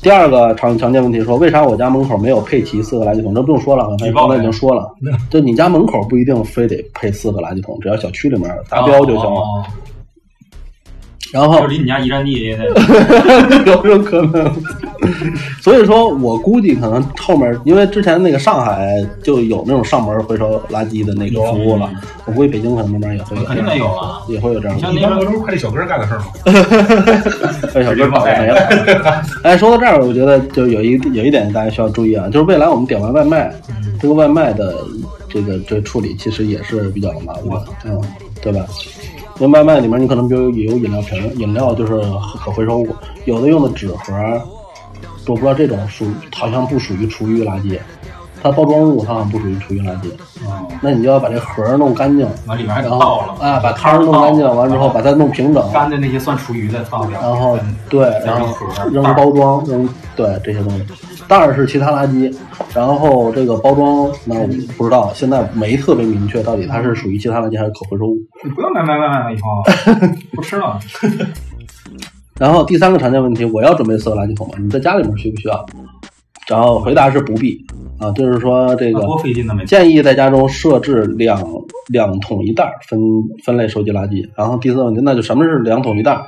Speaker 1: 第二个常常见问题说，为啥我家门口没有配齐四个垃圾桶？这不用说了，刚才
Speaker 2: 举报
Speaker 1: 刚
Speaker 2: 呗
Speaker 1: 才已经说了， 就你家门口不一定非得配四个垃圾桶，只要小区里面达标就行了。
Speaker 2: 哦，
Speaker 1: 然后
Speaker 2: 就离你家一站地也得
Speaker 1: 有这种可能。所以说我估计可能后面，因为之前那个上海就有那种上门回收垃圾的那个服务了，我估计北京可能慢慢也会有，
Speaker 2: 啊肯定得有 啊。
Speaker 1: 也会有这样的。
Speaker 2: 像
Speaker 3: 一
Speaker 2: 那
Speaker 3: 般不
Speaker 2: 个
Speaker 3: 都是快递小哥干的事儿吗？
Speaker 1: 哎，小哥跑没了。哎，说到这儿，我觉得就有一有一点大家需要注意啊，就是未来我们点完外卖，这个外卖的这个这个处理其实也是比较麻烦的，嗯，对吧？因为外卖里面你可能比如有饮料瓶，饮料就是可回收物，有的用的纸盒，我不知道这种属好像不属于厨余垃圾，它包装物它好像不属于厨余垃圾，
Speaker 2: 嗯，
Speaker 1: 那你就要把这盒儿弄干净，
Speaker 2: 完里面还得
Speaker 1: 然后
Speaker 2: 倒了啊
Speaker 1: 啊，把汤儿弄干净，完之后把它弄平整，
Speaker 2: 干的那些算厨余的放掉，
Speaker 1: 然后对，然后扔包装，扔对这些东西，当然是其他垃圾。然后这个包装呢，我不知道，现在没特别明确到底它是属于其他垃圾还是可回收物。
Speaker 2: 你不用买买买买了以后不吃了，
Speaker 1: 然后第三个常见问题，我要准备四个垃圾桶吗？你在家里面需不需要？然后回答是不必啊，就是说这
Speaker 2: 那
Speaker 1: 个
Speaker 2: 多费劲的每天。
Speaker 1: 建议在家中设置两两桶一袋儿分分类收集垃圾。然后第四个问题，那就什么是两桶一袋儿？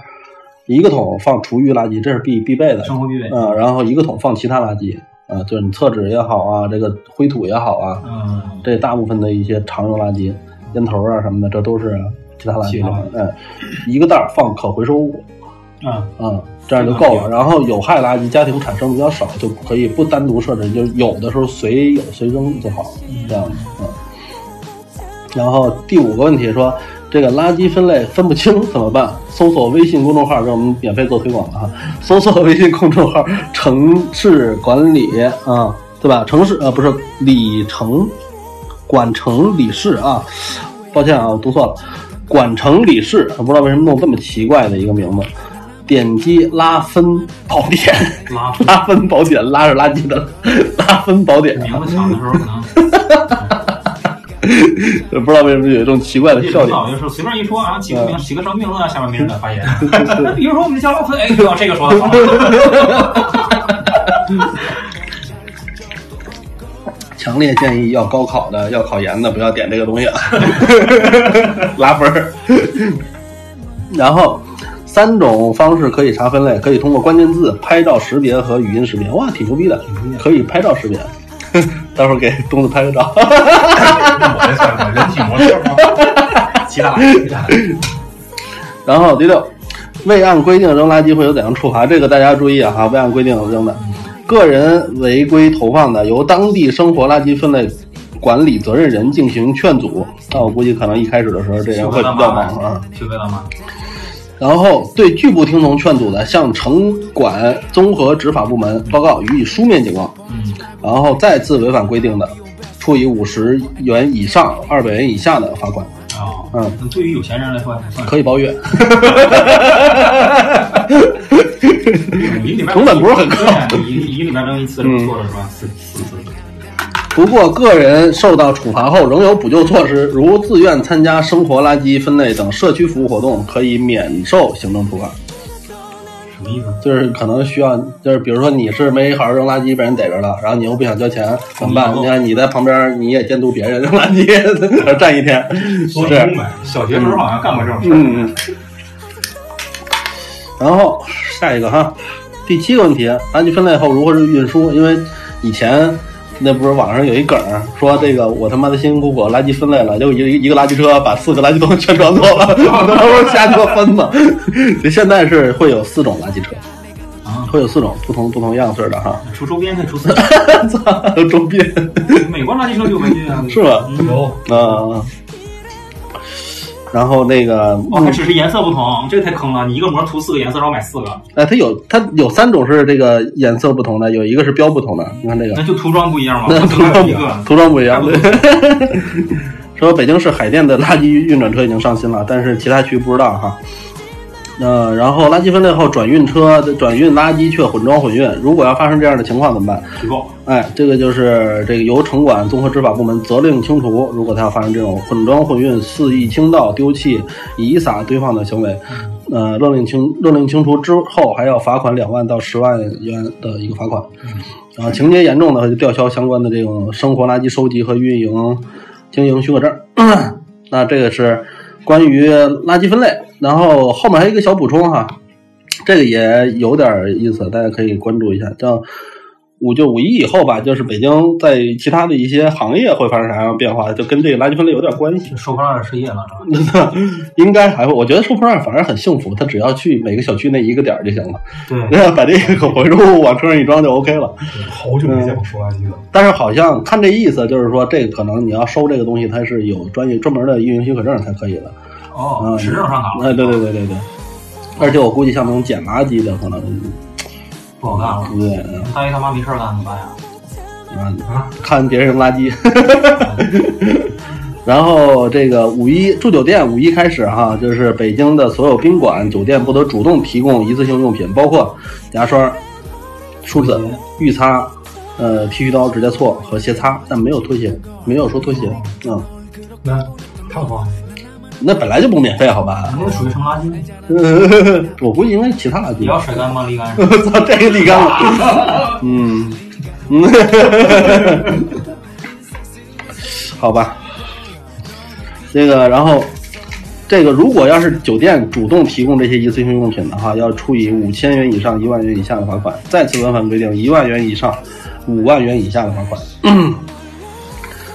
Speaker 1: 一个桶放厨余垃圾，这是必必备的，
Speaker 2: 生活必备。
Speaker 1: 嗯，然后一个桶放其他垃圾，啊、就是你厕纸也好啊，这个灰土也好啊，
Speaker 2: 嗯，
Speaker 1: 这大部分的一些常用垃圾，烟头啊什么的，这都是其他垃圾
Speaker 2: 其他
Speaker 1: 了。嗯，一个袋儿放可回收物，
Speaker 2: 嗯，
Speaker 1: 嗯，这样就够了。然后有害垃圾家庭产生比较少，就可以不单独设置，就是有的时候随有随扔就好，这样嗯。然后第五个问题说，这个垃圾分类分不清怎么办？ 搜索微信公众号给我们免费做推广了哈， 搜索微信公众号“城市管理”啊、对吧？城市呃不是里程，管城理事啊，抱歉啊，我读错了，管城理事，不知道为什么弄这么奇怪的一个名字。点击拉芬宝典，
Speaker 2: 拉出
Speaker 1: 拉芬宝典拉着垃圾的 拉芬宝典，
Speaker 2: 名字抢的时候 可能
Speaker 1: 不知道为什么有一种奇怪的
Speaker 2: 这
Speaker 1: 笑
Speaker 2: 领
Speaker 1: 点。
Speaker 2: 导就说随便一说啊，起
Speaker 1: 嗯
Speaker 2: 个名，起个什么名字啊，下面没人敢 发言。比如说我们这叫老坤，哎，对往这个说的好。
Speaker 1: 强烈建议要高考的、要考研的不要点这个东西，啊，拉分儿。然后三种方式可以查分类，可以通过关键字、拍照识别和语音识别。哇，挺牛逼的，可以拍照识别。待会儿给东子拍个照。
Speaker 3: 我这算什么人体模特吗？
Speaker 2: 其他的，
Speaker 1: 然后第六，未按规定扔垃圾会有怎样处罚？这个大家注意啊，哈，未按规定扔的，个人违规投放的，由当地生活垃圾分类管理责任人进行劝阻。那我估计可能一开始的时候这人
Speaker 2: 学
Speaker 1: 会
Speaker 2: 会
Speaker 1: 比
Speaker 2: 了
Speaker 1: 较忙啊
Speaker 2: 吗。？学会了吗？
Speaker 1: 然后对拒不听从劝阻的，向城管综合执法部门报告，予以书面警告。
Speaker 2: 嗯，
Speaker 1: 然后再次违反规定的，处以五十元以上二百元以下的罚款。
Speaker 2: 哦，
Speaker 1: 嗯
Speaker 2: 那对于有钱人来说还算
Speaker 1: 可以包月，
Speaker 2: 以，一礼拜
Speaker 1: 成本不是很高
Speaker 2: 对一一礼拜扔一次，
Speaker 1: 嗯
Speaker 2: 做了是吧？四四次，
Speaker 1: 不过，个人受到处罚后仍有补救措施，如自愿参加生活垃圾分类等社区服务活动，可以免受行政处罚。
Speaker 2: 什么意思？
Speaker 1: 就是可能需要，就是比如说你是没好好扔垃圾被人逮着了，然后你又不想交钱，怎么办？
Speaker 2: 嗯
Speaker 1: 你看你在旁边你也监督别人扔垃圾， 站一天，
Speaker 3: 多
Speaker 1: 是
Speaker 3: 充呗。
Speaker 2: 小学时候好像干过这种事儿。
Speaker 1: 嗯，嗯，然后下一个哈，第七个问题，垃圾分类后如何是运输？因为以前那不是网上有一梗儿说这个我他妈的辛辛苦苦垃圾分类了，就一个一个垃圾车把四个垃圾桶全装走了， 然后瞎车分嘛。所以现在是会有四种垃圾车，
Speaker 2: 啊，
Speaker 1: 会有四种不同不同样式的哈，
Speaker 2: 出周边可以出四次，
Speaker 1: 周边
Speaker 2: 美国垃圾车就没劲 啊。
Speaker 1: 是吧？
Speaker 2: 嗯
Speaker 3: 有
Speaker 1: 啊、然后那个
Speaker 2: 哦，还只是颜色不同，这个太坑了！你一个膜涂四个颜色，然后买四个，
Speaker 1: 哎，它有它有三种是这个颜色不同的，有一个是标不同的。你看这个
Speaker 2: 那，就涂装不一样嘛。
Speaker 1: 那
Speaker 2: 我
Speaker 1: 涂
Speaker 2: 只买
Speaker 1: 装
Speaker 2: 一个，
Speaker 1: 涂装不一样
Speaker 2: 差 不。
Speaker 1: 说北京市海淀的垃圾运转车已经上新了，但是其他区不知道哈。呃，然后垃圾分类后转运车转运垃圾却混装混运，如果要发生这样的情况怎么办？
Speaker 2: 举报。
Speaker 1: 哎，这个就是这个由城管综合执法部门责令清除，如果它要发生这种混装混运、肆意倾倒、丢弃、遗撒堆放的行为，呃，勒令清勒令清除之后，还要罚款两万到十万元的一个罚款。啊，情节严重的话就吊销相关的这种生活垃圾收集和运营经营许可证。 那这个是关于垃圾分类，然后后面还有一个小补充哈，这个也有点意思，大家可以关注一下。叫五就五一以后吧，就是北京在其他的一些行业会发生啥样的变化，就跟这个垃圾分类有点关系。
Speaker 2: 收破烂失业了是吧？
Speaker 1: 应该还会，我觉得收破烂反而很幸福，他只要去每个小区那一个点儿就行了，
Speaker 2: 对，
Speaker 1: 然后把这个回收物往车上一装就 OK 了。
Speaker 3: 好久没见过收垃圾了。
Speaker 1: 但是好像看这意思，就是说这个可能你要收这个东西，它是有专业专门的运营许可证才可以的。
Speaker 2: 哦
Speaker 1: 嗯，
Speaker 2: 持证上岗了，
Speaker 1: 哎，对对对对对。而且我估计像那种捡垃圾的，可能
Speaker 2: 不好干了。
Speaker 1: 不对，嗯
Speaker 2: 大爷他妈没事儿干怎么办呀？
Speaker 1: 嗯
Speaker 2: 啊
Speaker 1: 看别人扔垃圾。 然后这个五一住酒店，五一开始哈，就是北京的所有宾馆、酒店不得主动提供一次性用品，包括牙刷、梳子、浴擦、呃剃须刀、指甲锉和鞋擦，但没有拖鞋，没有说拖鞋。嗯，
Speaker 2: 哦
Speaker 3: 那烫吗？
Speaker 1: 那本来就不免费，好吧？
Speaker 2: 那属于什么垃圾？
Speaker 1: 我估计应该是其他垃圾
Speaker 2: 也
Speaker 1: 吧。
Speaker 2: 要甩干吗？沥干是吧？
Speaker 1: 我操， 这个立竿 了。嗯，嗯好吧。这个，然后这个如果要是酒店主动提供这些一次性用品的话，要处以五千元以上一万元以下的罚款。再次违反规定，一万元以上五万元以下的罚款。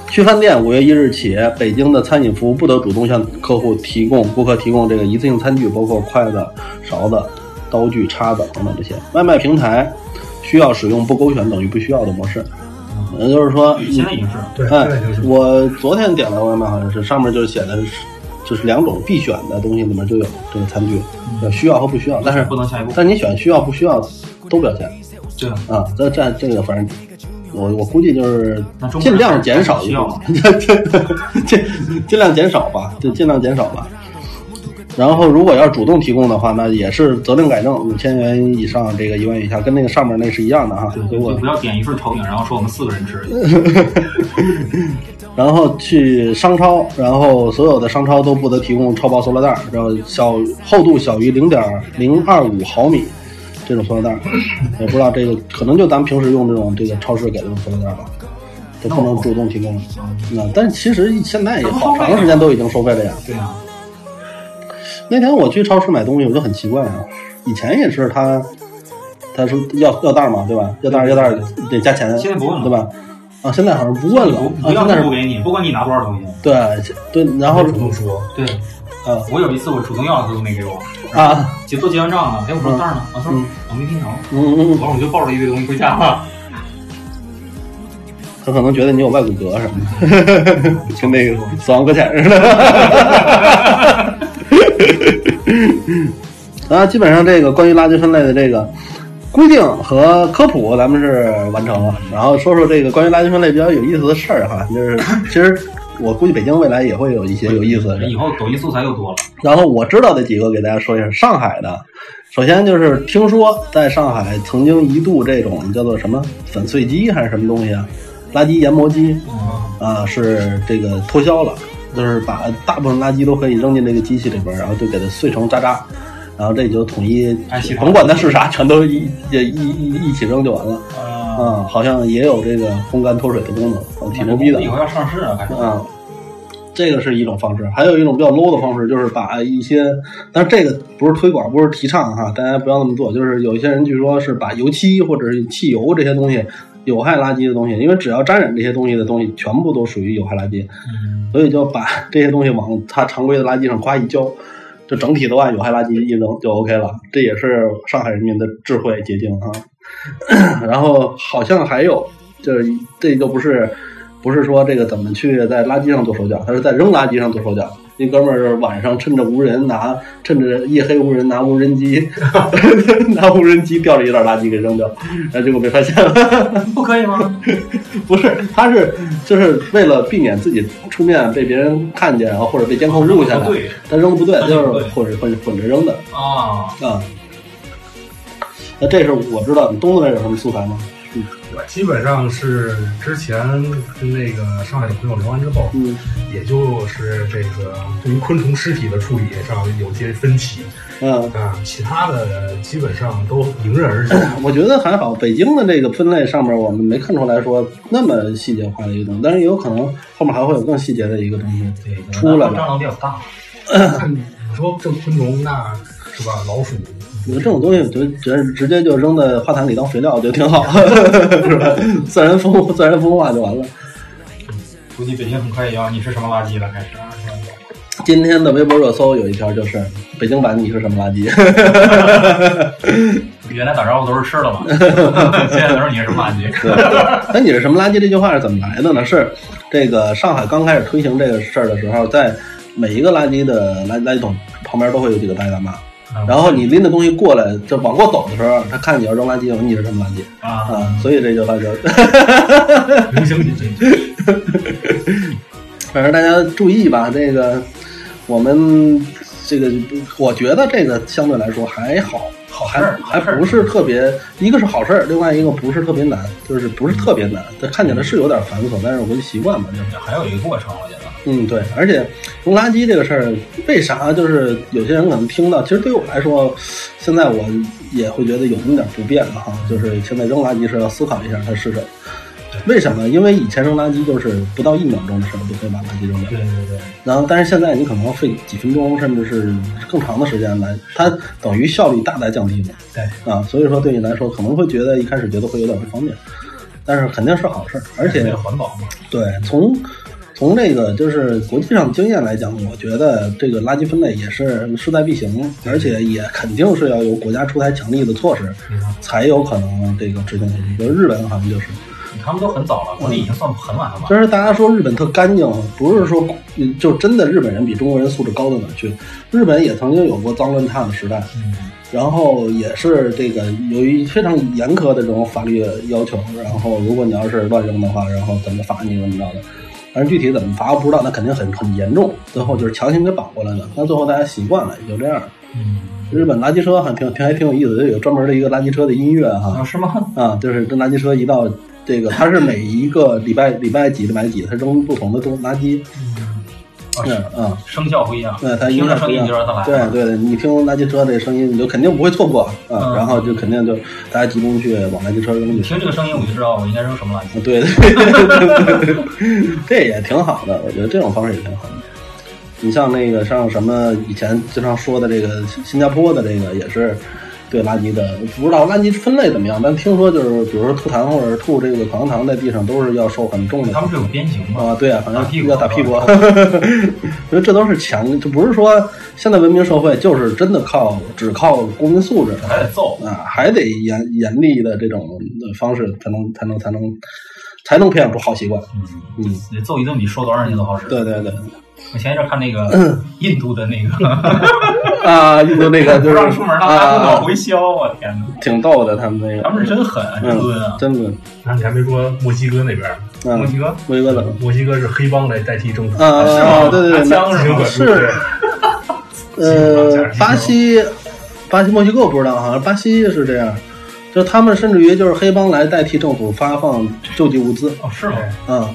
Speaker 1: 去饭店，五月一日起，北京的餐饮服务不得主动向客户提供、顾客提供这个一次性餐具，包括筷子、勺子、刀具、叉子等等这些。外卖平台需要使用不勾选等于不需要的模式，也就是说，
Speaker 2: 现在也是，
Speaker 3: 对，
Speaker 1: 哎
Speaker 3: 现在就是，
Speaker 1: 我昨天点了外卖，好像是上面就是写的是，就是两种必选的东西里面就有这个餐具，呃需要和不需要。但是
Speaker 2: 嗯不能下一步。
Speaker 1: 但你选需要不需要都表现
Speaker 2: 对，
Speaker 1: 啊，这这这个反正。我我估计就是
Speaker 2: 那中国
Speaker 1: 尽
Speaker 2: 人
Speaker 1: 量减少一
Speaker 2: 需 要吗
Speaker 1: 点，尽尽量减少吧，就尽量减少吧。然后如果要是主动提供的话，那也是责令改正，五千元以上这个一万元以下，跟那个上面那是一样的哈。
Speaker 2: 对，
Speaker 1: 如
Speaker 2: 就
Speaker 1: 果
Speaker 2: 不要点一份炒饼，然后说我们四个人吃。
Speaker 1: 然后去商超，然后所有的商超都不得提供超薄塑料袋儿，然后小厚度小于零点零二五毫米这种塑料袋 儿，我不知道这个可能就咱们平时用这种这个超市给的这种塑料袋儿吧，都不能主动提供。那但是其实现在也好长时间都已经收费了呀。
Speaker 2: 对啊，
Speaker 1: 那天我去超市买东西，我就很奇怪啊，以前也是他他说要要袋儿嘛，对吧？要袋儿要袋儿得加钱，
Speaker 2: 现在不问了
Speaker 1: 对吧？啊，现在好像不问了，
Speaker 2: 不
Speaker 1: 啊，
Speaker 2: 不要
Speaker 1: 现在
Speaker 2: 就不
Speaker 1: 是
Speaker 2: 给你，不管你拿多少东西。
Speaker 1: 对对，然后
Speaker 3: 不用说，
Speaker 2: 对，
Speaker 1: 呃
Speaker 2: 我有一次我主动要的他都没给我，
Speaker 1: 啊。
Speaker 2: 结都结完账了，哎，我说袋儿呢？他说
Speaker 1: 嗯
Speaker 2: 我没听着，
Speaker 1: 嗯嗯，
Speaker 2: 完我就抱着一堆东西回家了。
Speaker 1: 他可能觉得你有外骨骼什么的， 跟那个《死亡搁浅》似的。啊，基本上这个关于垃圾分类的这个规定和科普，咱们是完成了。然后说说这个关于垃圾分类比较有意思的事儿哈，就是其实我估计北京未来也会有一些有意思的事儿
Speaker 2: 以后抖音素材又多了，
Speaker 1: 然后我知道的几个给大家说一下，上海的，首先就是听说在上海曾经一度这种叫做什么粉碎机还是什么东西啊，垃圾研磨机啊是这个脱销了，就是把大部分垃圾都可以扔进这个机器里边儿，然后就给它碎成渣渣，然后这就统一
Speaker 2: 按系，统
Speaker 1: 甭管它是啥，全都一一一一一起扔就完了。
Speaker 2: 啊，
Speaker 1: 啊，好像也有这个烘干脱水的功能，我挺牛逼的
Speaker 2: 以。后要上市啊，反正
Speaker 1: 啊，这个是一种方式，还有一种比较 low 的方式，就是把一些，但是这个不是推广，不是提倡哈，大家不要那么做。就是有一些人据说是把油漆或者是汽油这些东西有害垃圾的东西，因为只要沾染这些东西的东西，全部都属于有害垃圾，
Speaker 2: 嗯
Speaker 1: 所以就把这些东西往它常规的垃圾上夸一浇。就整体都按有害垃圾一扔就 OK 了，这也是上海人民的智慧结晶啊。 然后好像还有，就是这就不是不是说这个怎么去在垃圾上做手脚，他是在扔垃圾上做手脚。那哥们儿晚上趁着无人拿，趁着夜黑无人拿无人机， 拿无人机吊着一袋垃圾给扔掉，然后结果被发现了。
Speaker 2: 不可以吗？
Speaker 1: 不是，他是就是为了避免自己出面被别人看见，然后或者被监控录下来
Speaker 2: 不，对
Speaker 1: 他扔的不对，
Speaker 2: 他
Speaker 1: 就
Speaker 2: 扔得不
Speaker 1: 是混
Speaker 2: 对
Speaker 1: 混混着扔的
Speaker 2: 啊，
Speaker 1: 啊。那这是我知道，你东子那有什么素材吗？
Speaker 3: 我基本上是之前跟那个上海的朋友聊完之后，
Speaker 1: 嗯
Speaker 3: 也就是这个对于昆虫尸体的处理上有些分歧
Speaker 1: 嗯，
Speaker 3: 啊，其他的基本上都迎刃而解。
Speaker 1: 我觉得还好，北京的这个分类上面我们没看出来说那么细节化的一个东西，但是也有可能后面还会有更细节的一个东西。
Speaker 3: 对，
Speaker 1: 出来了
Speaker 2: 蟑螂比较大，
Speaker 3: 你说这昆虫那是吧？老鼠、
Speaker 1: 我觉得这种东西，我觉得直直接就扔在花坛里当肥料，我觉得挺好， 是吧？自然风自然风化就完了。
Speaker 2: 估计北京很快也要你是什么垃圾了，开始。啊
Speaker 1: 今天的微博热搜有一条就是北京版你是什么垃圾？
Speaker 2: 原来打招呼都是吃 的嘛，现在都是你是什么垃圾？
Speaker 1: 那你是什么垃圾这句话是怎么来的呢？是这个上海刚开始推行这个事儿的时候，在每一个垃圾的垃垃圾桶旁边都会有几个大爷大妈，
Speaker 2: 啊
Speaker 1: 然后你拎着东西过来，就往过走的时候，他看你要扔垃圾，就问你是什么垃圾
Speaker 2: 啊，
Speaker 1: 啊，所以这就大家，
Speaker 3: 流行语，
Speaker 1: 反正大家注意吧，这个我们这个，我觉得这个相对来说还好。
Speaker 2: 好事
Speaker 1: 还
Speaker 2: 儿，
Speaker 1: 还
Speaker 2: 好事儿
Speaker 1: 不是特别，一个是好事儿，另外一个不是特别难，就是不是特别难，但看起来是有点繁琐，但是我就习惯吧，就是。
Speaker 2: 还有一个过程，我觉得。
Speaker 1: 嗯，对，而且扔垃圾这个事儿，为啥就是有些人可能听到，其实对于我来说，现在我也会觉得有那么点不便了哈，就是现在扔垃圾是要思考一下它是什么。为什么？因为以前扔垃圾就是不到一秒钟的事儿就可以把垃圾扔掉，
Speaker 3: 对对对，
Speaker 1: 然后但是现在你可能要费几分钟甚至是更长的时间来，它等于效率大大降低嘛。
Speaker 3: 对
Speaker 1: 啊，所以说对你来说可能会觉得一开始觉得会有点不方便，但是肯定是好事儿，而且
Speaker 3: 为了环保嘛，
Speaker 1: 对，从从这个就是国际上经验来讲，我觉得这个垃圾分类也是势在必行，而且也肯定是要由国家出台强力的措施，才有可能这个执行下去。比如日本好像就是，
Speaker 2: 他们都很早了，国内已经算很晚了吧？
Speaker 1: 就是大家说日本特干净，不是说嗯就真的日本人比中国人素质高到哪儿去。日本也曾经有过脏乱差的时代，
Speaker 3: 嗯
Speaker 1: 然后也是这个由于非常严苛的这种法律要求，然后如果你要是乱扔的话，然后怎么罚你怎么着的。但是具体怎么罚我不知道，那肯定很很严重。最后就是强行给绑过来的，但最后大家习惯了，也就这样。
Speaker 2: 嗯，
Speaker 1: 日本垃圾车还挺挺还挺有意思的，有专门的一个垃圾车的音乐哈、
Speaker 2: 啊，是吗？
Speaker 1: 啊，就是跟垃圾车一道，这个它是每一个礼拜礼拜几礼拜几，它扔不同的东垃圾，嗯
Speaker 2: 啊是
Speaker 1: 啊，
Speaker 2: 生肖不一样，
Speaker 1: 对，它
Speaker 2: 听
Speaker 1: 影
Speaker 2: 着
Speaker 1: 响
Speaker 2: 声
Speaker 1: 不一
Speaker 2: 音
Speaker 1: 样
Speaker 2: 你就知道他来。
Speaker 1: 对，对对，你听垃圾车这声音，你就肯定不会错过啊，
Speaker 2: 嗯
Speaker 1: 然后就肯定就大家集中去往垃圾车扔
Speaker 2: 你
Speaker 1: 去。
Speaker 2: 听这个声音我就知道我应该扔什么垃圾。
Speaker 1: 对对对，这也挺好的，我觉得这种方式也挺好的。你像那个像什么以前经常说的这个新新加坡的这个也是对垃圾的，不知道垃圾分类怎么样，但听说就是比如说吐痰或者是吐这个口香糖在地上都是要受很重的
Speaker 2: 他们是有鞭刑吗？
Speaker 1: 啊，对啊，好 像
Speaker 2: 打屁股
Speaker 1: 要打屁股，因为这都是强，这不是说现在文明社会就是真的靠只靠公民素质
Speaker 2: 还得揍。
Speaker 1: 啊，还得严严厉的这种呃方式才能才能才能才能培养出好习惯。
Speaker 2: 嗯，
Speaker 1: 嗯，
Speaker 2: 得揍一顿比说多少年都好使。
Speaker 1: 对对对，
Speaker 2: 我前一阵看那个印度的 那个，
Speaker 1: 啊，印度那个
Speaker 2: 不
Speaker 1: 就是
Speaker 2: 让出门，让大家都往
Speaker 1: 啊，嗯
Speaker 2: 回销。我天哪，
Speaker 1: 挺逗的，他们那
Speaker 2: 他
Speaker 1: 个，
Speaker 2: 们是真狠，印度人啊
Speaker 1: 嗯，。真的，
Speaker 3: 那你还没说墨西哥那边儿，墨
Speaker 1: 嗯，
Speaker 3: 西哥，
Speaker 1: 威哥冷。
Speaker 3: 墨西哥是黑帮来代替政府，
Speaker 1: 啊
Speaker 2: 是
Speaker 1: 啊，
Speaker 2: 吗
Speaker 1: 对对对，
Speaker 2: 拿枪
Speaker 1: 那
Speaker 2: 是
Speaker 3: 行
Speaker 2: 吗
Speaker 3: 管
Speaker 1: 是
Speaker 3: 对
Speaker 1: 呃，巴西、巴西、墨西哥我不知道，好像巴西是这样，就他们甚至于就是黑帮来代替政府发放救济物资，
Speaker 2: 哦，是吗？
Speaker 1: 啊，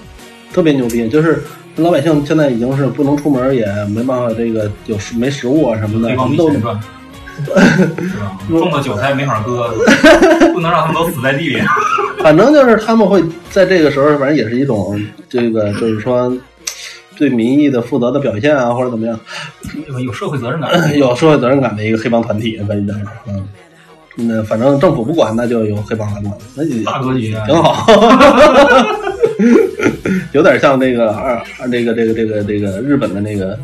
Speaker 1: 特别牛逼，就是。老百姓现在已经是不能出门，也没办法，这个有食没食物啊什么的，
Speaker 2: 黑
Speaker 1: 什
Speaker 2: 帮
Speaker 1: 么
Speaker 2: 没
Speaker 1: 都
Speaker 2: 钱赚，是吧？种的韭菜没法割，不能让他们都死在地里。
Speaker 1: 反正就是他们会在这个时候，反正也是一种这个，就是说对民意的负责的表现啊，或者怎么样，
Speaker 2: 有有社会责任 感。
Speaker 1: 有社会责任感的一个黑帮团体，可以讲是，嗯，那反正政府不管，那就由黑帮来管，那也
Speaker 2: 大格局啊，
Speaker 1: 挺好， 有点像这个二二这个这个这个这个日本的那个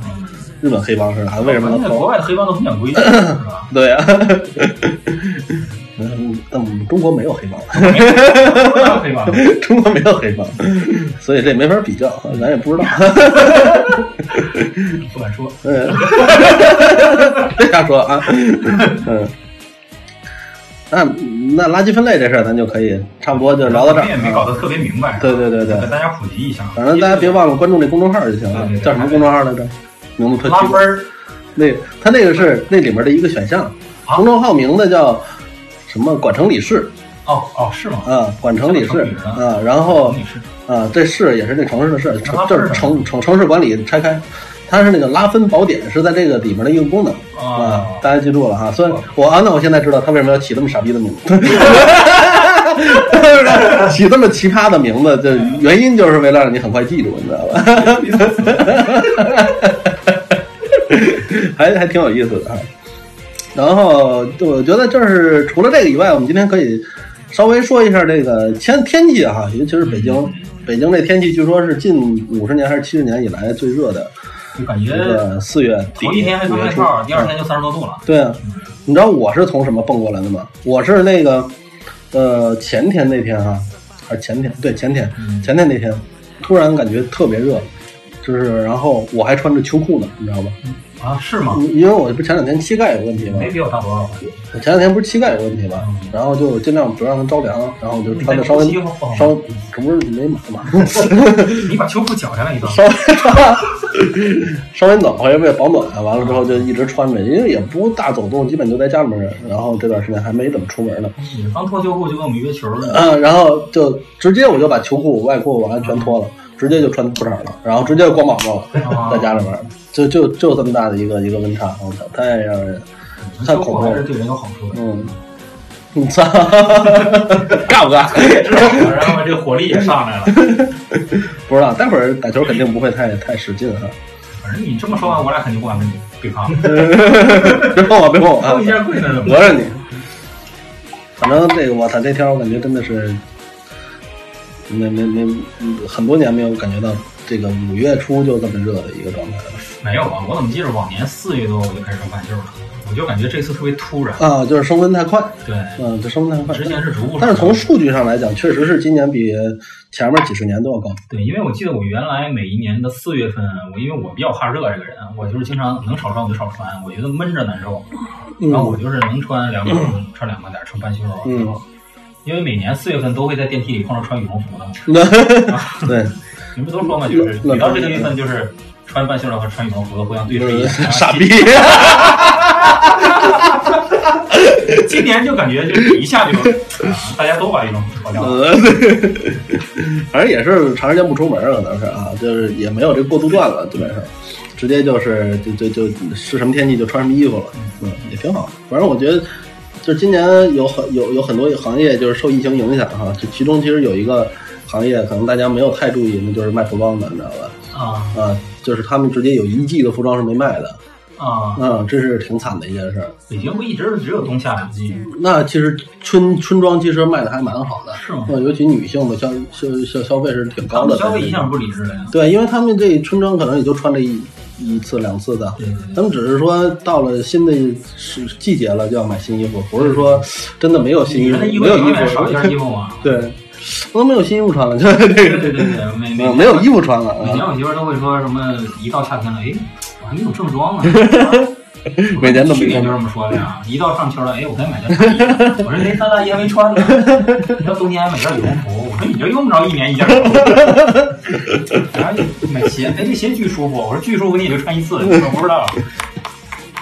Speaker 1: 日本黑帮似的，为什么能
Speaker 2: 关键
Speaker 1: 投
Speaker 2: 国外的黑帮都很 讲规矩，是吧？
Speaker 1: 对啊， 嗯，但我们中国没有黑帮，
Speaker 2: 黑帮
Speaker 1: 中国没有黑帮，所以这没法比较，咱也不知道。
Speaker 2: 不敢说。
Speaker 1: 嗯，别瞎说啊。 嗯，那那垃圾分类这事儿，咱就可以差不多就聊到这
Speaker 2: 我们也没
Speaker 1: 儿。
Speaker 2: 搞得特别明白，
Speaker 1: 对对对对
Speaker 2: 给，大家普及一下。
Speaker 1: 反正大家别忘了关注那公众号就行了
Speaker 2: 对对，对
Speaker 1: 叫什么公众号来着？名字特
Speaker 2: 拉
Speaker 1: 奇
Speaker 2: 分
Speaker 1: 怪。
Speaker 2: 儿，
Speaker 1: 那他那个是那里面的一个选项，
Speaker 2: 啊
Speaker 1: 公众号名字叫什么？管城理事
Speaker 2: 哦哦，是吗？
Speaker 1: 啊，管城理事
Speaker 2: 管城理事啊
Speaker 1: 啊，然后
Speaker 2: 你是
Speaker 1: 啊，这市也是这城市的市，
Speaker 2: 拉
Speaker 1: 城
Speaker 2: 分
Speaker 1: 就
Speaker 2: 儿
Speaker 1: 是
Speaker 2: 呢
Speaker 1: 城城城市管理拆开，它是那个拉分宝典是在这个里面的一个功能。啊
Speaker 2: 啊，，
Speaker 1: 大家记住了哈。虽然我啊，那我现在知道他为什么要起这么傻逼的名字，起这么奇葩的名字，这原因就是为了让你很快记住，你知道吧？还还挺有意思的啊。然后我觉得就是除了这个以外，我们今天可以稍微说一下这个天天气哈，尤其是北京，北京这天气据说是近五十年还是七十年以来最热的
Speaker 2: 就感
Speaker 1: 一
Speaker 2: 觉
Speaker 1: 个四月底
Speaker 2: 呃头一天还
Speaker 1: 五
Speaker 2: 穿
Speaker 1: 月
Speaker 2: 外
Speaker 1: 初嗯
Speaker 2: 套，第二天就三十多度了。
Speaker 1: 对啊，你知道我是从什么蹦过来的吗？我是那个，呃，前天那天啊，还是前天？对，前天，
Speaker 2: 嗯
Speaker 1: 前天那天，突然感觉特别热，就是然后我还穿着秋裤呢，你知道吧？
Speaker 2: 啊，是吗？
Speaker 1: 因因为我不是前两天膝盖有问题吗？
Speaker 2: 没必要大多少。
Speaker 1: 我前两天不是膝盖有问题吗？然后就尽量不让它着凉，然后就穿的稍微
Speaker 2: 你在裤子衣服放吗
Speaker 1: 稍微，这不是没码 吗？
Speaker 2: 你把秋裤绞下来一段，
Speaker 1: 稍微 稍微暖和一为保暖，完了之后就一直穿着，因为也不大走动，基本就在家里面。然后这段时间还没怎么出门呢，
Speaker 2: 你刚脱秋裤就跟我们约球了。
Speaker 1: 嗯，然后就直接我就把秋裤、外裤完全脱了，直接就穿裤衩了，然后直接就光膀子了，
Speaker 2: 啊
Speaker 1: 在家里面，就就就这么大的一个一个温差，嗯我操，太让人太
Speaker 2: 秋
Speaker 1: 恐怖
Speaker 2: 裤还是
Speaker 1: 了，
Speaker 2: 对人有好处 的。
Speaker 1: 嗯。你操，尬不尬？
Speaker 2: 然后这火力也上来了。
Speaker 1: 不知道，待会儿打球肯定不会太太使劲啊哈。
Speaker 2: 反正你这么说完，我俩肯定不敢跟你对抗。
Speaker 1: 别碰我，别碰我啊
Speaker 2: 碰一！下跪那怎么
Speaker 1: 讹着你。反正这个我操，这天儿我感觉真的是没没没很多年没有感觉到这个五月初就这么热的一个状态了
Speaker 2: 没有啊？我怎么记着往年四月多我就开始穿半袖了？我就感觉这次特别突然。
Speaker 1: 啊，就是升温太快，
Speaker 2: 对，
Speaker 1: 嗯、这升温太快。
Speaker 2: 之前是逐步上升，
Speaker 1: 但是从数据上来讲，确实是今年比前面几十年都要高。
Speaker 2: 对，因为我记得我原来每一年的四月份，我因为我比较怕热这个人，我就是经常能少穿我就少穿，我觉得闷着难受，然后我就是能穿凉快点穿凉快点，穿半袖啊。
Speaker 1: 嗯，
Speaker 2: 因为每年四月份都会在电梯里碰到穿羽绒服的，
Speaker 1: 嗯 对，
Speaker 2: 你们都说嘛，就是每到这个月份就是穿半袖儿的和穿羽绒服的互相对视一啊 眼。
Speaker 1: 嗯傻逼，啊
Speaker 2: 今年就感觉就是一下就，
Speaker 1: 嗯
Speaker 2: 啊大家都把羽绒服脱掉了。
Speaker 1: 呃，对，反正也是长时间不出门了，可能是啊，就是也没有这过渡段了，基本上，直接就是就就就是什么天气就穿什么衣服了，嗯，也挺好。反正我觉得，就是今年有很有有很多行业就是受疫情影响哈，就其中其实有一个行业可能大家没有太注意，那就是卖服装的，你知道吧？
Speaker 2: 啊
Speaker 1: 啊，就是他们直接有一季的服装是没卖的，
Speaker 2: 啊！
Speaker 1: 嗯，这是挺惨的一件事儿。
Speaker 2: 北京不一直只有冬夏两季，
Speaker 1: 那其实春春装其实卖的还蛮好的，
Speaker 2: 是吗
Speaker 1: 嗯尤其女性的消消消消费是挺
Speaker 2: 他
Speaker 1: 高
Speaker 2: 们
Speaker 1: 的，
Speaker 2: 消费一向不理智的呀。
Speaker 1: 对，因为他们这春装可能也就穿这一一次两次的，
Speaker 2: 对对
Speaker 1: 他们只是说到了新的时季节了就要买新衣服，不是说真的没有新
Speaker 2: 对，
Speaker 1: 衣服，
Speaker 2: 女人的衣服
Speaker 1: 没有
Speaker 2: 永
Speaker 1: 衣
Speaker 2: 远少一件衣
Speaker 1: 服，
Speaker 2: 服嘛。
Speaker 1: 对，都没有新衣服穿了，就是 这
Speaker 2: 对
Speaker 1: 个，
Speaker 2: 对对对，每每
Speaker 1: 嗯没有衣服穿了
Speaker 2: 每年
Speaker 1: 啊，
Speaker 2: 我媳妇儿都会说什么，一到夏天了，哎，我还没有正装呢。
Speaker 1: 每年都
Speaker 2: 去
Speaker 1: 没
Speaker 2: 年
Speaker 1: 穿
Speaker 2: 就。这么说的呀。一到上秋了，哎，我该买件大衣 了。我说那三大衣还没穿呢， 你到冬天还买件羽绒服。我说你这用不着一年一件羽绒 服。然后就买鞋，哎，这鞋巨舒服。我说巨舒服，你也就穿一次，你说不知道。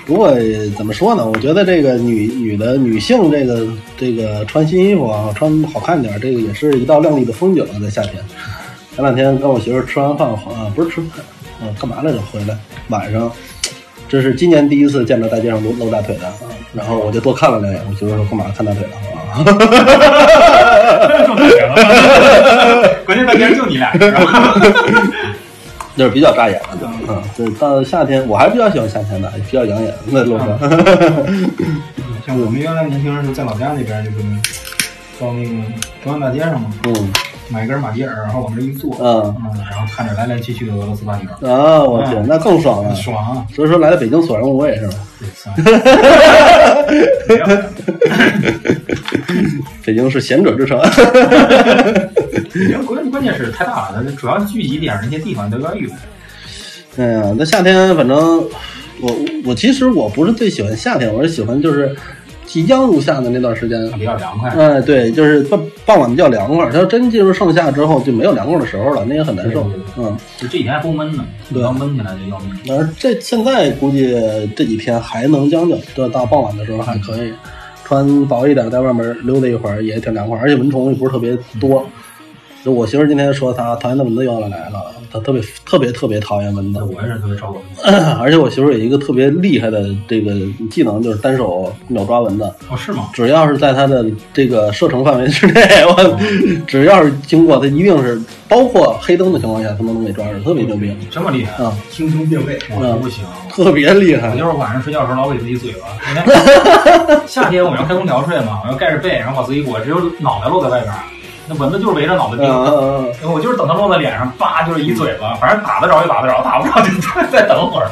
Speaker 1: 不过怎么说呢，我觉得这个女女的女性这个这个穿新衣服啊，穿好看点儿，这个也是一道亮丽的风景啊，在夏天。前两天跟我媳妇儿吃完饭啊，不是吃饭，啊，干嘛来着？回来晚上，这是今年第一次见着大街上露露大腿的，啊然后我就多看了两眼。我媳妇儿说干嘛看大腿了啊？
Speaker 2: 关键半天就你俩，是吧？
Speaker 1: 就是比较扎眼了，就啊，对，到夏天我还比较喜欢夏天的，比较养眼，那路上。
Speaker 2: 像我们原来年轻人就在老家那边，就是到那个中央大街上嘛，
Speaker 1: 嗯
Speaker 2: 买根马迭尔，然后往这一坐，
Speaker 1: 嗯
Speaker 2: 嗯，然后看着来来去去的俄罗斯大妞，
Speaker 1: 啊，我去，那更爽了。
Speaker 2: 爽啊！
Speaker 1: 所以说来到北京索然无味是吧？
Speaker 2: 对 爽没有
Speaker 1: 北京是贤者之城。
Speaker 2: 北京关关键是太大了，它主要聚集点那些地方都有点远。
Speaker 1: 哎呀，那夏天反正我我其实我不是最喜欢夏天，我是喜欢就是即将入夏的那段时间。
Speaker 2: 比较凉快。
Speaker 1: 哎，对，就是傍傍晚比较凉快，它真进入盛夏之后就没有凉快的时候了，那也很难受
Speaker 2: 对对。
Speaker 1: 嗯，
Speaker 2: 就这几天还不闷呢，
Speaker 1: 对
Speaker 2: 要闷起来就要命。
Speaker 1: 但是这现在估计这几天还能将就，这到傍晚的时候还可以
Speaker 2: 嗯
Speaker 1: 穿薄一点，在外面溜达一会儿也挺凉快，而且蚊虫也不是特别多。就我媳妇儿今天说她讨厌的蚊子又要来了，她特别特别特别讨厌蚊子。
Speaker 2: 我也是特别招蚊子。
Speaker 1: 而且我媳妇儿有一个特别厉害的这个技能，就是单手秒抓蚊子。
Speaker 2: 哦，是吗？
Speaker 1: 只要是在她的这个射程范围之内，我只要是经过，她一定是包括黑灯的情况下，她都能给抓住，特别牛逼
Speaker 2: 你这么厉害？
Speaker 1: 啊，
Speaker 3: 轻松定位，
Speaker 2: 我
Speaker 1: 嗯
Speaker 2: 不行。
Speaker 1: 特别厉
Speaker 2: 我
Speaker 1: 害。
Speaker 2: 就是晚上睡觉的时候老给自己嘴巴，因 为夏天我要开空调睡嘛，我要盖着被，然后把自己裹，只有脑袋露在外边儿，那蚊子就是围着脑袋叮。
Speaker 1: 嗯，
Speaker 2: 我就是等它落在脸上，叭就是一嘴巴，反正打得着就打得着，打不着就再 再等会儿。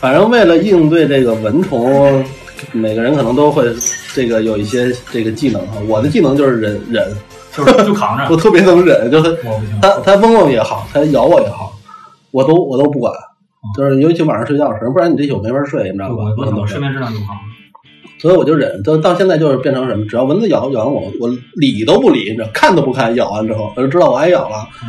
Speaker 1: 反正为了应对这个蚊虫，每个人可能都会这个有一些这个技能啊。我的技能就是忍忍，
Speaker 2: 就是就扛着
Speaker 1: 我。特别能忍，就是
Speaker 2: 我不行，
Speaker 1: 它它嗡嗡也好，它咬我也好，我都我都不管。就是尤其晚上睡觉的时候，不然你这宿没法睡，你知道吧
Speaker 2: 我？我我睡眠质量就不好。
Speaker 1: 所以我就忍，到到现在就是变成什么，只要蚊子咬咬完我，我理都不理，你知道，看都不看，咬完之后我就知道我挨咬了，
Speaker 2: 嗯，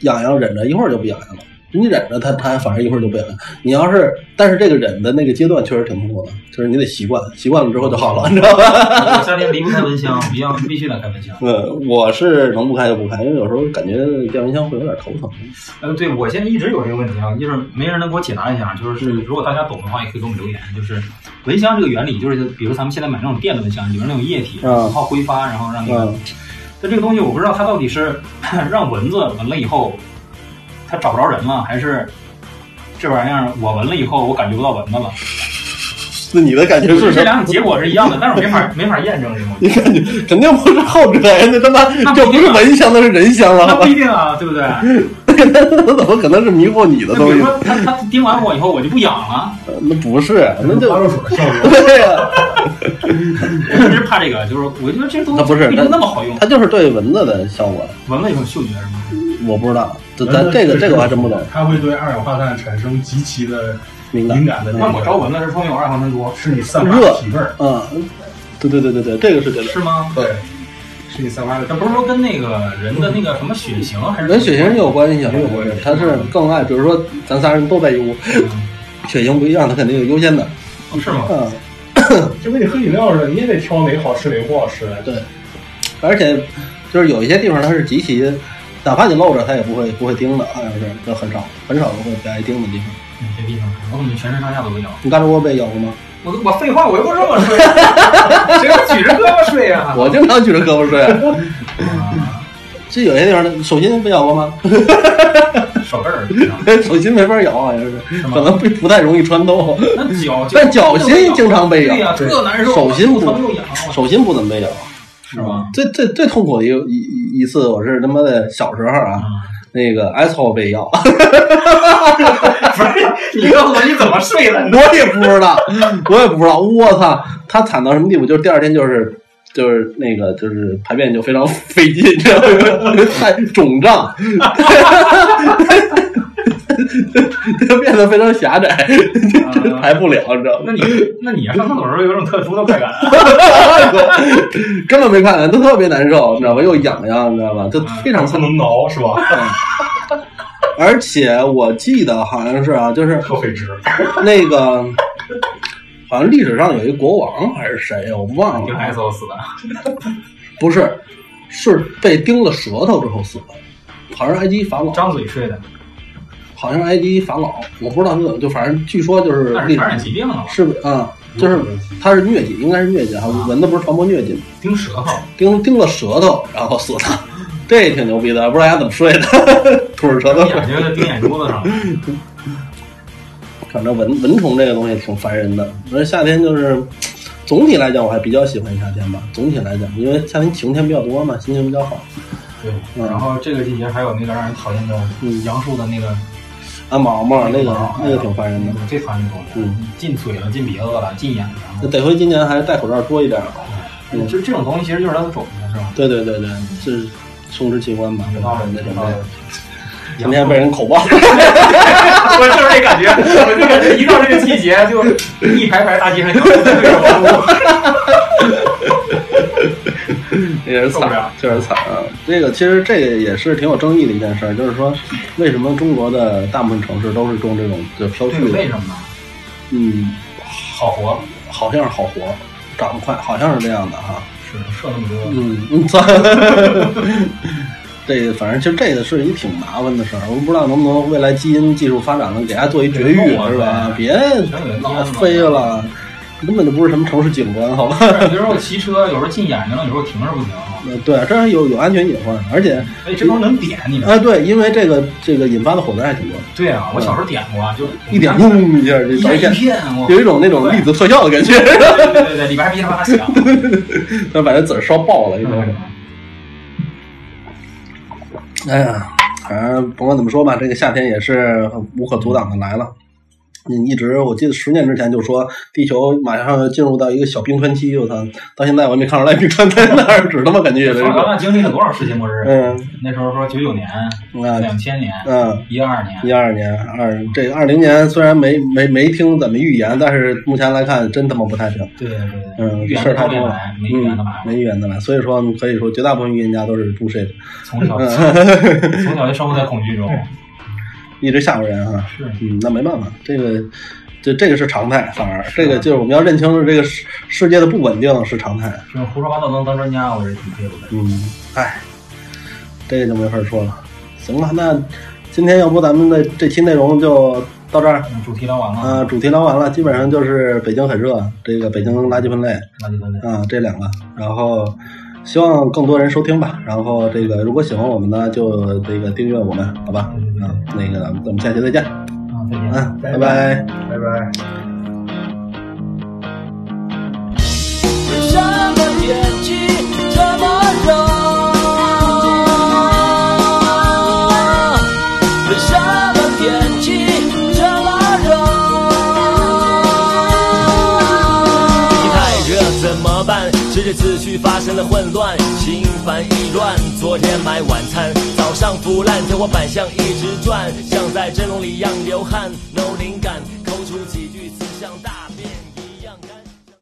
Speaker 1: 痒痒忍着，一会儿就不痒痒了。你忍着它，它反而一会儿就不痒。痒。你要是，但是这个忍的那个阶段确实挺痛苦的，就是你得习惯，习惯了之后就好了，你知道吧？
Speaker 2: 我夏天离不开蚊香，我一样必须得开蚊香。
Speaker 1: 嗯，我是能不开就不开，因为有时候感觉电蚊香会有点头疼。
Speaker 2: 呃，对我现在一直有这个问题啊，就是没人能给我解答一下。就是如果大家懂的话，也可以给我们留言。就是蚊香这个原理，就是比如咱们现在买那种电的蚊香，里面那种液体，
Speaker 1: 嗯
Speaker 2: 然后挥发，然后让那个
Speaker 1: 嗯，
Speaker 2: 但这个东西我不知道它到底是 让蚊子闻了以后，它找不着人了，还是这玩意儿我闻了以后我感觉不到蚊子了？
Speaker 1: 那你的感觉
Speaker 2: 就是是
Speaker 1: 什
Speaker 2: 这
Speaker 1: 么？
Speaker 2: 两种结果是一样的，但是我没法没法验证这种。
Speaker 1: 你感觉肯定不是后者呀，那他妈这不是蚊香，那是人香了，
Speaker 2: 啊那
Speaker 1: 好
Speaker 2: 不
Speaker 1: 吧
Speaker 2: 一？定啊，对不对？
Speaker 1: 那怎么可能是迷惑你的
Speaker 2: 那
Speaker 1: 东
Speaker 2: 比
Speaker 1: 西
Speaker 2: 如？说它它叮完我以后我就不痒了，
Speaker 1: 那不是，那就
Speaker 3: 花露水的效果。
Speaker 1: 对呀、
Speaker 2: 我一直怕这个，就是我觉得这东西
Speaker 1: 它不是
Speaker 2: 为什么那么好用？
Speaker 1: 它就是对蚊子的效果，
Speaker 2: 闻了以后嗅觉是吗？
Speaker 1: 我不知道，这 咱这个这个我还真不懂，
Speaker 3: 它会对二氧化碳产生极其的
Speaker 1: 敏感
Speaker 3: 敏。感的那
Speaker 2: 那
Speaker 3: 种，
Speaker 2: 我招蚊子是说明我二氧化碳多，
Speaker 3: 是你散发
Speaker 1: 热
Speaker 3: 的体味儿，
Speaker 1: 嗯，对对对对对，这个是真的。
Speaker 2: 是吗？
Speaker 3: 对，是你散发的
Speaker 2: 那不是说跟那个人的那个什么血型还是
Speaker 1: 跟血型有关系啊
Speaker 3: 没有关系，
Speaker 1: 它是更爱，比如说咱仨人都在一屋，血型不一样，它肯定有优先的。
Speaker 2: 哦是吗？
Speaker 1: 嗯，
Speaker 3: 就跟你喝饮料似的，你也得挑哪个好吃哪个不好吃。
Speaker 1: 而且就是有一些地方它是极其，哪怕你露着它也不会不会叮的，哎好像是就很少很少会被挨叮的地方。
Speaker 2: 你这地方，我怎么全身上下都有痒？
Speaker 1: 你干窝被咬过吗？
Speaker 2: 我我废话，我又不是 我睡，谁要举着胳膊睡呀、
Speaker 1: 我经常举着胳膊睡，
Speaker 2: 啊？
Speaker 1: 这有些地方它手心被咬过吗？
Speaker 2: 手背儿，
Speaker 1: 手心没法咬，好像是，
Speaker 2: 是
Speaker 1: 可
Speaker 2: 吗？
Speaker 1: 能不不太容易穿透。
Speaker 2: 那脚，
Speaker 1: 但脚心经常被
Speaker 2: 对呀、
Speaker 1: 咬，
Speaker 2: 特难受，
Speaker 1: 手啊心不
Speaker 2: 又疼又痒，我
Speaker 1: 手心不怎么被咬。
Speaker 2: 是吗？啊
Speaker 1: 最最最痛苦的一一一次，我是他妈的小时候啊，那个 asshole 被咬，
Speaker 2: 不是，你告诉我你怎么睡的？
Speaker 1: 我也不知道，我也不知道，我操，他惨到什么地步？就是第二天就是。就是那个，就是排便就非常费劲， 知道吗？太肿胀，就变得非常狭窄， 排不了，你知道吗？
Speaker 2: 啊那你那你上厕所的时候有种特殊的快感，啊
Speaker 1: 根本没看见，都特别难受，你知道吧？又痒痒，你知道吧？就非常
Speaker 3: 不
Speaker 1: 痛。
Speaker 3: 能挠是吧？
Speaker 1: 而且我记得好像是啊，就是
Speaker 3: 特费纸，
Speaker 1: 那个，好像历史上有一国王还是谁呀，我忘
Speaker 2: 挺
Speaker 1: 了，
Speaker 2: 挨揍死的。
Speaker 1: 不是，是被叮了舌头之后死的，好像是埃及法老，
Speaker 2: 张嘴睡的，
Speaker 1: 好像是埃及法老，我不知道他怎么，就反正据说就是
Speaker 2: 那
Speaker 1: 历
Speaker 2: 是
Speaker 1: 史
Speaker 2: 传染疾病了，
Speaker 1: 是不是啊，就是他是疟疾，应该是疟疾哈，蚊子不是传播疟疾吗？
Speaker 2: 叮舌头。
Speaker 1: 叮叮了舌头，然后死的，这也挺牛逼的，不知道 人家怎么睡的，吐着舌头睡。
Speaker 2: 眼睛就盯眼珠子上了。
Speaker 1: 反正蚊蚊虫这个东西挺烦人的，而夏天就是总体来讲我还比较喜欢夏天吧，总体来讲，因为夏天晴天比较多嘛，心情比较好。
Speaker 2: 对，
Speaker 1: 嗯
Speaker 2: 然后这个季节还有那个让人讨厌的杨树的那个，
Speaker 1: 啊，毛毛那个
Speaker 2: 毛
Speaker 1: 那个挺烦人的，
Speaker 2: 我最讨厌这种
Speaker 1: 嗯
Speaker 2: 人，进嘴了、进鼻子了、进眼睛
Speaker 1: 那
Speaker 2: 了。
Speaker 1: 得亏今年还戴口罩多一点儿。嗯
Speaker 2: 就这种东西其实就是它的种子，是吧？
Speaker 1: 对对对对，是生之奇观吧，
Speaker 2: 有道理，
Speaker 1: 嗯对
Speaker 2: 有道理。
Speaker 1: 今天被人口爆，
Speaker 2: 我就是这感觉，我就感觉一到这个季节，就一排排大街上就 对着我
Speaker 1: 也是
Speaker 2: 受
Speaker 1: 惨
Speaker 2: 不了，
Speaker 1: 确实惨啊。这个其实这个也是挺有争议的一件事儿，就是说为什么中国的大部分城市都是种这种就飘
Speaker 2: 对，
Speaker 1: 絮的
Speaker 2: 为，什么呢？
Speaker 1: 嗯，
Speaker 2: 好活
Speaker 1: 好像是好活，长得快，好像是这样的哈、
Speaker 2: 是射那么多，
Speaker 1: 嗯嗯，嗯，操， 这个反正其实这个是一挺麻烦的事儿，我们不知道能不能未来基因技术发展了，给大家做一绝育
Speaker 2: 弄啊
Speaker 1: 是吧？别
Speaker 2: 给弄了
Speaker 1: 飞了，根本就不是什么城市景观，好吧？
Speaker 2: 有时候骑车，有时候进眼睛了，有时候停着不停。
Speaker 1: 呃对，这是有有安全隐患，而且
Speaker 2: 哎，这都能点你们？
Speaker 1: 啊，对，因为这个这个引发的火灾还挺多的，
Speaker 2: 对啊，我小时候点过，就
Speaker 1: 一点轰一下就
Speaker 2: 一
Speaker 1: 着一片
Speaker 2: 片一，片，啊我
Speaker 1: 有一种那种粒子特效的感觉，
Speaker 2: 对对对对，里边还噼里啪啦响。
Speaker 1: 那把这籽儿烧爆了，应
Speaker 2: 嗯
Speaker 1: 该是。哎呀，反正甭管怎么说吧，这个夏天也是无可阻挡的来了。你一直我记得十年之前就说地球马上要进入到一个小冰川期，我操，到现在我也没看出来冰川在哪儿，只他妈感觉 越来越
Speaker 2: 咱
Speaker 1: 热。
Speaker 2: 们经历了多少世界末日？
Speaker 1: 嗯
Speaker 2: 那时候说九九年、
Speaker 1: 啊
Speaker 2: 两千年、
Speaker 1: 嗯，
Speaker 2: 一二年，
Speaker 1: 一二年二这个二零年虽然没没没听怎么预言，但是目前来看真他妈不太行。
Speaker 2: 对对对，
Speaker 1: 嗯，
Speaker 2: 预言
Speaker 1: 事儿
Speaker 2: 的
Speaker 1: 太
Speaker 2: 都
Speaker 1: 多
Speaker 2: 没
Speaker 1: 了
Speaker 2: 来，，没预言的吧
Speaker 1: 嗯，？没预言的来，所以说可以说绝大部分预言家都是 bullshit 的。
Speaker 2: 从
Speaker 1: 嗯
Speaker 2: 小从小就生活在恐惧中，
Speaker 1: 一直吓唬人啊。
Speaker 2: 是
Speaker 1: 嗯，那没办法，这个这这个是常态，反而这个就是啊我们要认清楚这个世世界的不稳定是常态。
Speaker 2: 这种胡说八道能当专家，我是挺佩服的。
Speaker 1: 嗯，唉，这个就没法说了。行吧，那今天要不咱们的这期内容就到这儿。
Speaker 2: 嗯主题聊完
Speaker 1: 呃，
Speaker 2: 了，
Speaker 1: 主题聊完了，基本上就是北京很热，这个北京垃圾分类
Speaker 2: 那就到这。
Speaker 1: 啊、这两个，然后。希望更多人收听吧，然后这个如果喜欢我们呢，就这个订阅我们，好吧？啊，那个咱们咱们下期再见，
Speaker 2: 嗯，再见。
Speaker 1: 嗯，拜拜
Speaker 3: 拜拜。
Speaker 4: 为什么天气这么热？为什么天气这么热？
Speaker 5: 太热怎么办？世界秩序发生了混乱，心烦意乱。昨天买晚餐，早上腐烂，天花板像一直转，像在蒸笼里一样流汗，no 灵感，抠出几句词像大。